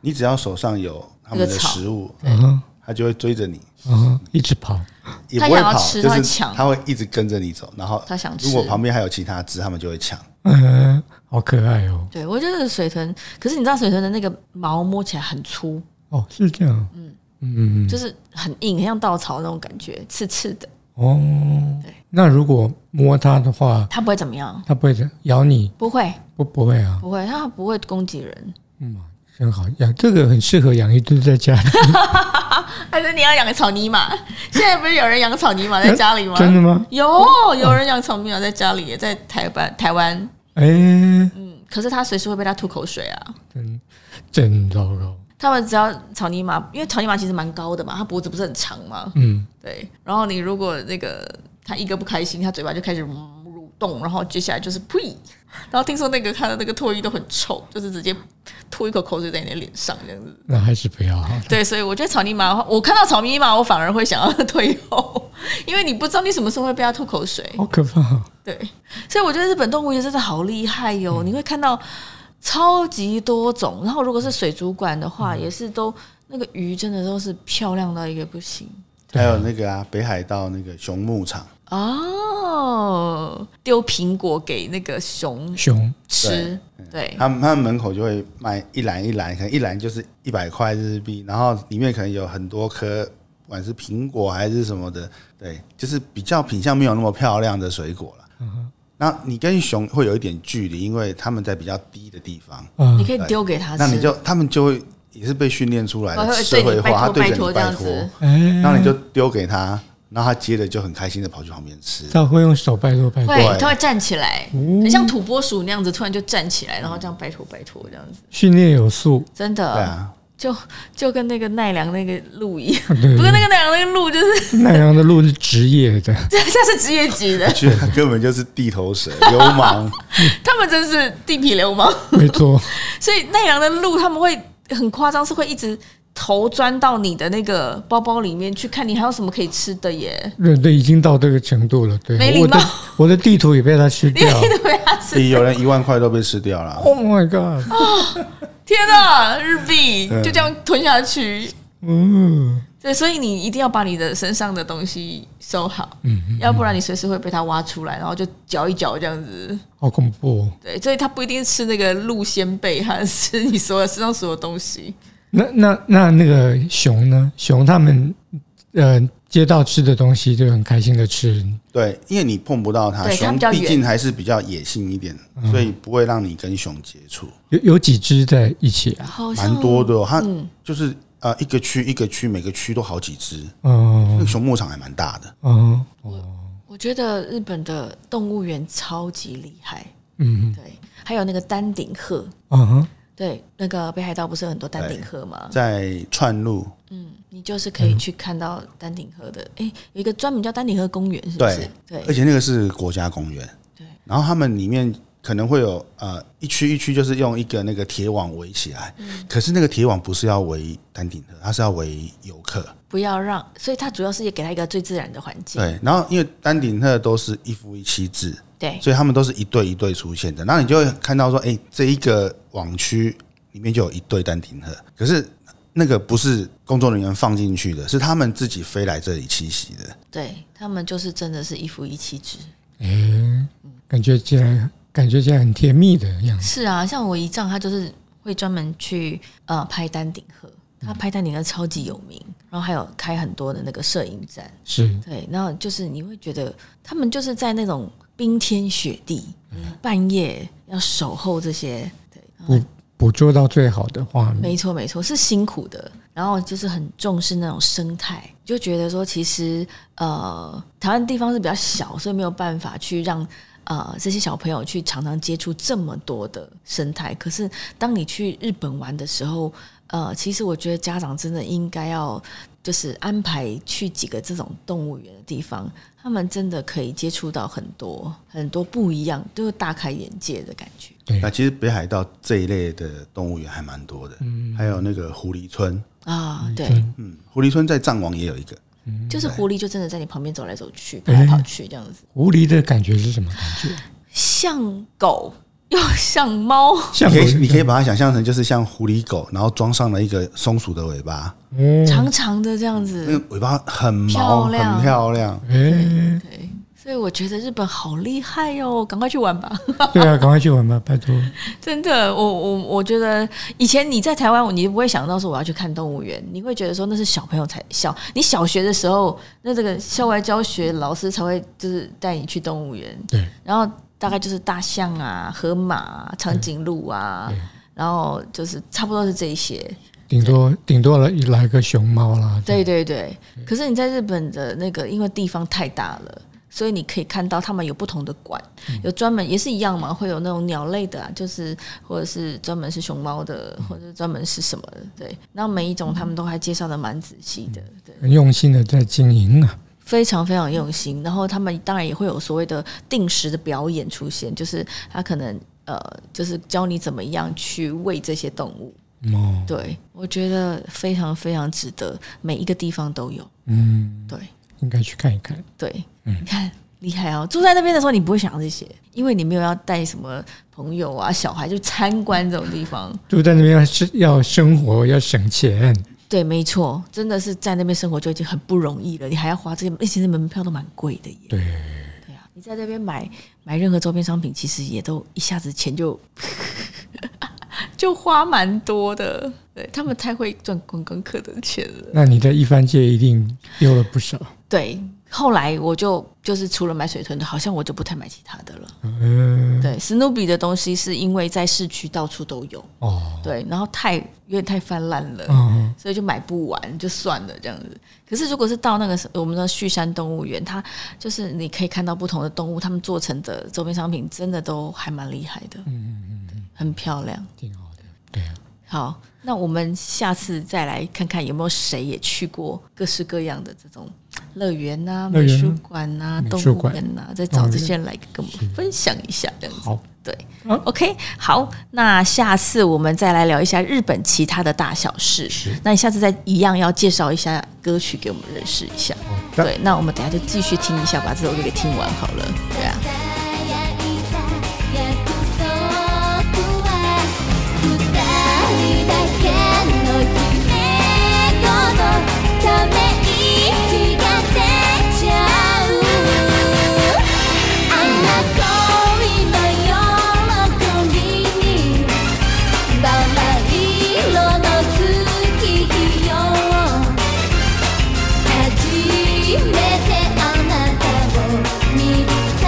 Speaker 3: 你只要手上有它们的
Speaker 1: 那个草
Speaker 3: 食物，
Speaker 2: 嗯
Speaker 3: 它就会追着你，
Speaker 2: 嗯，一直跑，
Speaker 3: 也不
Speaker 1: 它
Speaker 3: 会
Speaker 1: 想要
Speaker 3: 跑，
Speaker 1: 吃
Speaker 3: 就
Speaker 1: 它会
Speaker 3: 是
Speaker 1: 抢
Speaker 3: 它会一直跟着你走。然后
Speaker 1: 它想吃
Speaker 3: 如果旁边还有其他只，它们就会抢。
Speaker 2: 嗯，好可爱哦，
Speaker 1: 对我觉得水豚，可是你知道水豚的那个毛摸起来很粗，
Speaker 2: 哦，是这样，嗯嗯，
Speaker 1: 就是很硬，很像稻草那种感觉，刺刺的，
Speaker 2: 哦，那如果摸它的话，
Speaker 1: 它不会怎么样，
Speaker 2: 它不会咬你，
Speaker 1: 不会
Speaker 2: 不不会啊，
Speaker 1: 不会，它不会攻击人。
Speaker 2: 嗯，真好养，这个很适合养一只 在家里，
Speaker 1: 还是你要养个草泥马？现在不是有人养草泥马在家里吗？
Speaker 2: 真的吗？
Speaker 1: 有有人养草泥马在家里耶，在台湾台湾，
Speaker 2: 哎，
Speaker 1: 嗯，可是它随时会被它吐口水啊。
Speaker 2: 真真糟糕，
Speaker 1: 他们只要草泥马，因为草泥马其实蛮高的嘛，它脖子不是很长嘛，
Speaker 2: 嗯，
Speaker 1: 对。然后你如果那个它一个不开心，它嘴巴就开始蠕动，然后接下来就是呸。然后听说那个它的那个唾液都很臭，就是直接吐一口口水在你的脸上这样子。
Speaker 2: 那还是不要好了，
Speaker 1: 对，所以我觉得草泥马的话，我看到草泥马，我反而会想要退后， 因为你不知道你什么时候会被它吐口水。
Speaker 2: 好可怕哦，
Speaker 1: 对，所以我觉得日本动物园真的好厉害哟、
Speaker 3: 嗯
Speaker 1: 你会看到超级多种，然后如果是水族馆的
Speaker 3: 嗯
Speaker 1: 话，也是都那个鱼真的都是漂亮到一个不行
Speaker 3: 还有那个啊，北海道那个熊牧场，
Speaker 1: 哦，丢苹果给那个熊
Speaker 2: 熊，
Speaker 1: 吃，对
Speaker 3: 他们他们门口就会卖一篮一篮，可能一篮就是一百块日币，然后里面可能有很多颗，不管是苹果还是什么的，对，就是比较品相没有那么漂亮的水果了。
Speaker 1: 嗯
Speaker 3: 那你跟熊会有一点距离，因为他们在比较低的地方，
Speaker 2: 啊
Speaker 1: 你，可以丢给它吃，
Speaker 3: 嗯那你就他们就会也是被训练出来
Speaker 1: 哦
Speaker 3: 的
Speaker 1: 会
Speaker 3: 社
Speaker 1: 对
Speaker 3: 会
Speaker 1: 你拜
Speaker 3: 化，他
Speaker 1: 托
Speaker 3: 对
Speaker 1: 拜
Speaker 3: 着
Speaker 1: 托
Speaker 3: 你
Speaker 1: 这
Speaker 3: 拜
Speaker 1: 样
Speaker 3: 托，
Speaker 1: 子，嗯
Speaker 2: 哎，
Speaker 3: 然后你就丢给他，然后他接着就很开心的跑去旁边吃。
Speaker 2: 它会用手拜托拜托，
Speaker 1: 会它会站起来，
Speaker 3: 哦
Speaker 1: 很像土拨鼠那样子，突然就站起来，然后这样拜托拜托这样子，
Speaker 2: 训练有素，
Speaker 1: 真的，
Speaker 3: 对啊，
Speaker 1: 就就跟那个奈良那个鹿 一样，
Speaker 2: 对
Speaker 1: 不过那个奈良那个鹿就是。
Speaker 2: 奈良的鹿是职业的，
Speaker 1: 这这是职业级的，
Speaker 3: 觉得他根本就是地头 蛇、流氓。
Speaker 1: 他们真是地痞流氓。
Speaker 2: 没错，
Speaker 1: 所以奈良的鹿他们会很夸张，是会一直头钻到你的那个包包里面去看你还有什么可以吃的耶。
Speaker 2: 对对，已经到这个程度了，对
Speaker 1: 没，礼
Speaker 2: 我的
Speaker 1: 貌
Speaker 2: 我的地图也被它吃
Speaker 1: 你
Speaker 2: 掉
Speaker 1: 对啊，是
Speaker 3: 有人一万块都被吃掉了。
Speaker 2: ，Oh my god，
Speaker 1: 天哪，日币
Speaker 3: 嗯
Speaker 1: 就这样吞下去。
Speaker 2: 嗯。
Speaker 1: 对，所以你一定要把你的身上的东西收好，要不然你随时会被它挖出来，然后就嚼一嚼这样子。
Speaker 2: 好恐怖、哦！
Speaker 1: 对，所以它不一定吃那个鹿仙贝，它吃你所有身上所有东西。
Speaker 2: 那那那那个熊呢？熊他们呃接到吃的东西就很开心的吃，
Speaker 3: 对，因为你碰不到它，
Speaker 1: 对它
Speaker 3: 熊
Speaker 1: 比较远
Speaker 3: 毕竟还是比较野性一点，所以不会让你跟熊接触，
Speaker 2: 有有几只在一起啊？
Speaker 1: 好像
Speaker 3: 蛮多的、哦。它
Speaker 1: 嗯
Speaker 3: 就是呃一个区一个区，每个区都好几只。那
Speaker 2: 哦
Speaker 3: 个熊牧场还蛮大的，
Speaker 2: 哦
Speaker 1: 我觉得日本的动物园超级厉害，
Speaker 2: 嗯
Speaker 1: 对，还有那个丹顶鹤，
Speaker 2: 啊哈
Speaker 1: 对，那个北海道不是有很多丹顶鹤吗？
Speaker 3: 在串路，
Speaker 1: 嗯，你就是可以去看到丹顶鹤的，诶，有一个专门叫丹顶鹤公园，是不是
Speaker 3: 对？
Speaker 1: 对
Speaker 3: 而且那个是国家公园。
Speaker 1: 对，
Speaker 3: 然后他们里面可能会有呃一区一区，就是用一个那个铁网围起来。
Speaker 1: 嗯
Speaker 3: 可是那个铁网不是要围丹顶鹤，它是要围游客。
Speaker 1: 不要让，所以它主要是也给它一个最自然的环境，
Speaker 3: 对，然后因为丹顶鹤都是一夫一妻制，
Speaker 1: 对，
Speaker 3: 所以他们都是一对一对出现的。那你就会看到说，哎、这一个网区里面就有一对丹顶鹤，可是那个不是工作人员放进去的，是他们自己飞来这里栖息的。
Speaker 1: 对，他们就是真的是一夫一妻制。
Speaker 2: 哎，感觉起来感觉起来很甜蜜的样子。
Speaker 1: 是啊，像我姨丈，他就是会专门去呃拍丹顶鹤，他拍丹顶鹤超级有名，然然后还有开很多的那个摄影展，
Speaker 2: 是
Speaker 1: 对，然后就是你会觉得他们就是在那种冰天雪地，半夜要守候这些，对，
Speaker 2: 捕捕捉到最好的画面。
Speaker 1: 没错没错，是辛苦的。然后就是很重视那种生态，就觉得说其实呃，台湾地方是比较小，所以没有办法去让。呃，这些小朋友去常常接触这么多的生态，可是当你去日本玩的时候，呃，其实我觉得家长真的应该要就是安排去几个这种动物园的地方，他们真的可以接触到很多很多不一样，都是大开眼界的感觉。
Speaker 3: 那其实北海道这一类的动物园还蛮多的，还有那个狐狸村，
Speaker 1: 啊，对，
Speaker 3: 嗯，狐狸村在藏王也有一个，
Speaker 1: 就是狐狸就真的在你旁边走来走去、跑来跑去这样子，
Speaker 2: 狐狸的感觉是什么感觉？
Speaker 1: 像狗又像猫，
Speaker 2: 像
Speaker 3: 可以
Speaker 2: 狗
Speaker 3: 你可以把它想象成就是像狐狸狗，然后装上了一个松鼠的尾巴，
Speaker 2: 嗯哎
Speaker 1: 长长的这样
Speaker 3: 那
Speaker 1: 子。
Speaker 3: 个尾巴很毛，
Speaker 1: 漂亮
Speaker 3: 很漂亮。
Speaker 2: 哎，
Speaker 1: 对，所以我觉得日本好厉害哦，赶快去玩吧！
Speaker 2: 对啊，赶快去玩吧，拜托。
Speaker 1: 真的，我我我觉得以前你在台湾，你不会想到说我要去看动物园，你会觉得说那是小朋友才小，你小学的时候，那这个校外教学老师才会就是带你去动物园，
Speaker 2: 对，
Speaker 1: 然后大概就是大象啊、河马、啊、长颈鹿啊，然后就是差不多是这一些。
Speaker 2: 顶多顶多来来个熊猫啦。
Speaker 1: 对对对，可是你在日本的那个，因为地方太大了。所以你可以看到他们有不同的馆，有专门也是一样嘛，会有那种鸟类的、啊，就是或者是专门是熊猫的，或者是专门是什么的，对。然后每一种他们都还介绍的蛮仔细的，对。
Speaker 2: 很用心的在经营啊。
Speaker 1: 非常非常用心。然后他们当然也会有所谓的定时的表演出现，就是他可能呃，就是教你怎么样去喂这些动物。
Speaker 2: 哦，
Speaker 1: 对我觉得非常非常值得，每一个地方都有。
Speaker 2: 嗯，
Speaker 1: 对
Speaker 2: 应该去看一看。
Speaker 1: 对，你看。厉害哦！住在那边的时候，你不会想到这些，因为你没有要带什么朋友啊、小孩去参观这种地方。
Speaker 2: 住在那边要是要生活，要省钱。
Speaker 1: 对，没错，真的是在那边生活就已经很不容易了，你还要花这些，那其实门票都蛮贵的耶。
Speaker 2: 对
Speaker 1: 对啊，你在那边买买任何周边商品，其实也都一下子钱就 就花蛮多的。对他们太会赚观光客的钱了。
Speaker 2: 那你在一番界一定丢了不少。
Speaker 1: 对，后来我就就是除了买水豚的，好像我就不太买其他的了。
Speaker 2: 嗯，
Speaker 1: 对，史努比的东西是因为在市区到处都有，
Speaker 2: 哦，
Speaker 1: 对，然后太有点太泛滥了。
Speaker 2: 哦，
Speaker 1: 所以就买不完，就算了这样子。可是如果是到那个我们的旭山动物园，它就是你可以看到不同的动物，它们做成的周边商品真的都还蛮厉害的，嗯嗯嗯，很漂亮。
Speaker 2: 挺好的。对啊，
Speaker 1: 好，那我们下次再来看看有没有谁也去过各式各样的这种乐园啊、
Speaker 2: 乐
Speaker 1: 美
Speaker 2: 园
Speaker 1: 术馆啊、
Speaker 2: 美
Speaker 1: 动
Speaker 2: 术
Speaker 1: 物
Speaker 2: 馆哦
Speaker 1: 园啊，再找这些人来跟我们分享一下这样子。
Speaker 2: 好，
Speaker 1: 对
Speaker 2: 好
Speaker 1: ，OK，好，那下次我们再来聊一下日本其他的大小事。那你下次再一样要介绍一下歌曲给我们认识一下。
Speaker 2: 的
Speaker 1: 对，那我们等一下就继续听一下，把这首歌给听完好了。
Speaker 4: 「約束
Speaker 1: 对
Speaker 4: は二人の
Speaker 1: 啊，
Speaker 4: だけの姫ごのため息が出ちゃう」「あの恋の喜びに」「バラ色の月日よ」初めてあなたを見た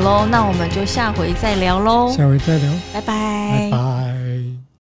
Speaker 2: 喽，那我们就下回再聊喽，
Speaker 1: 下回再聊，
Speaker 2: 嗯拜拜
Speaker 1: 拜拜。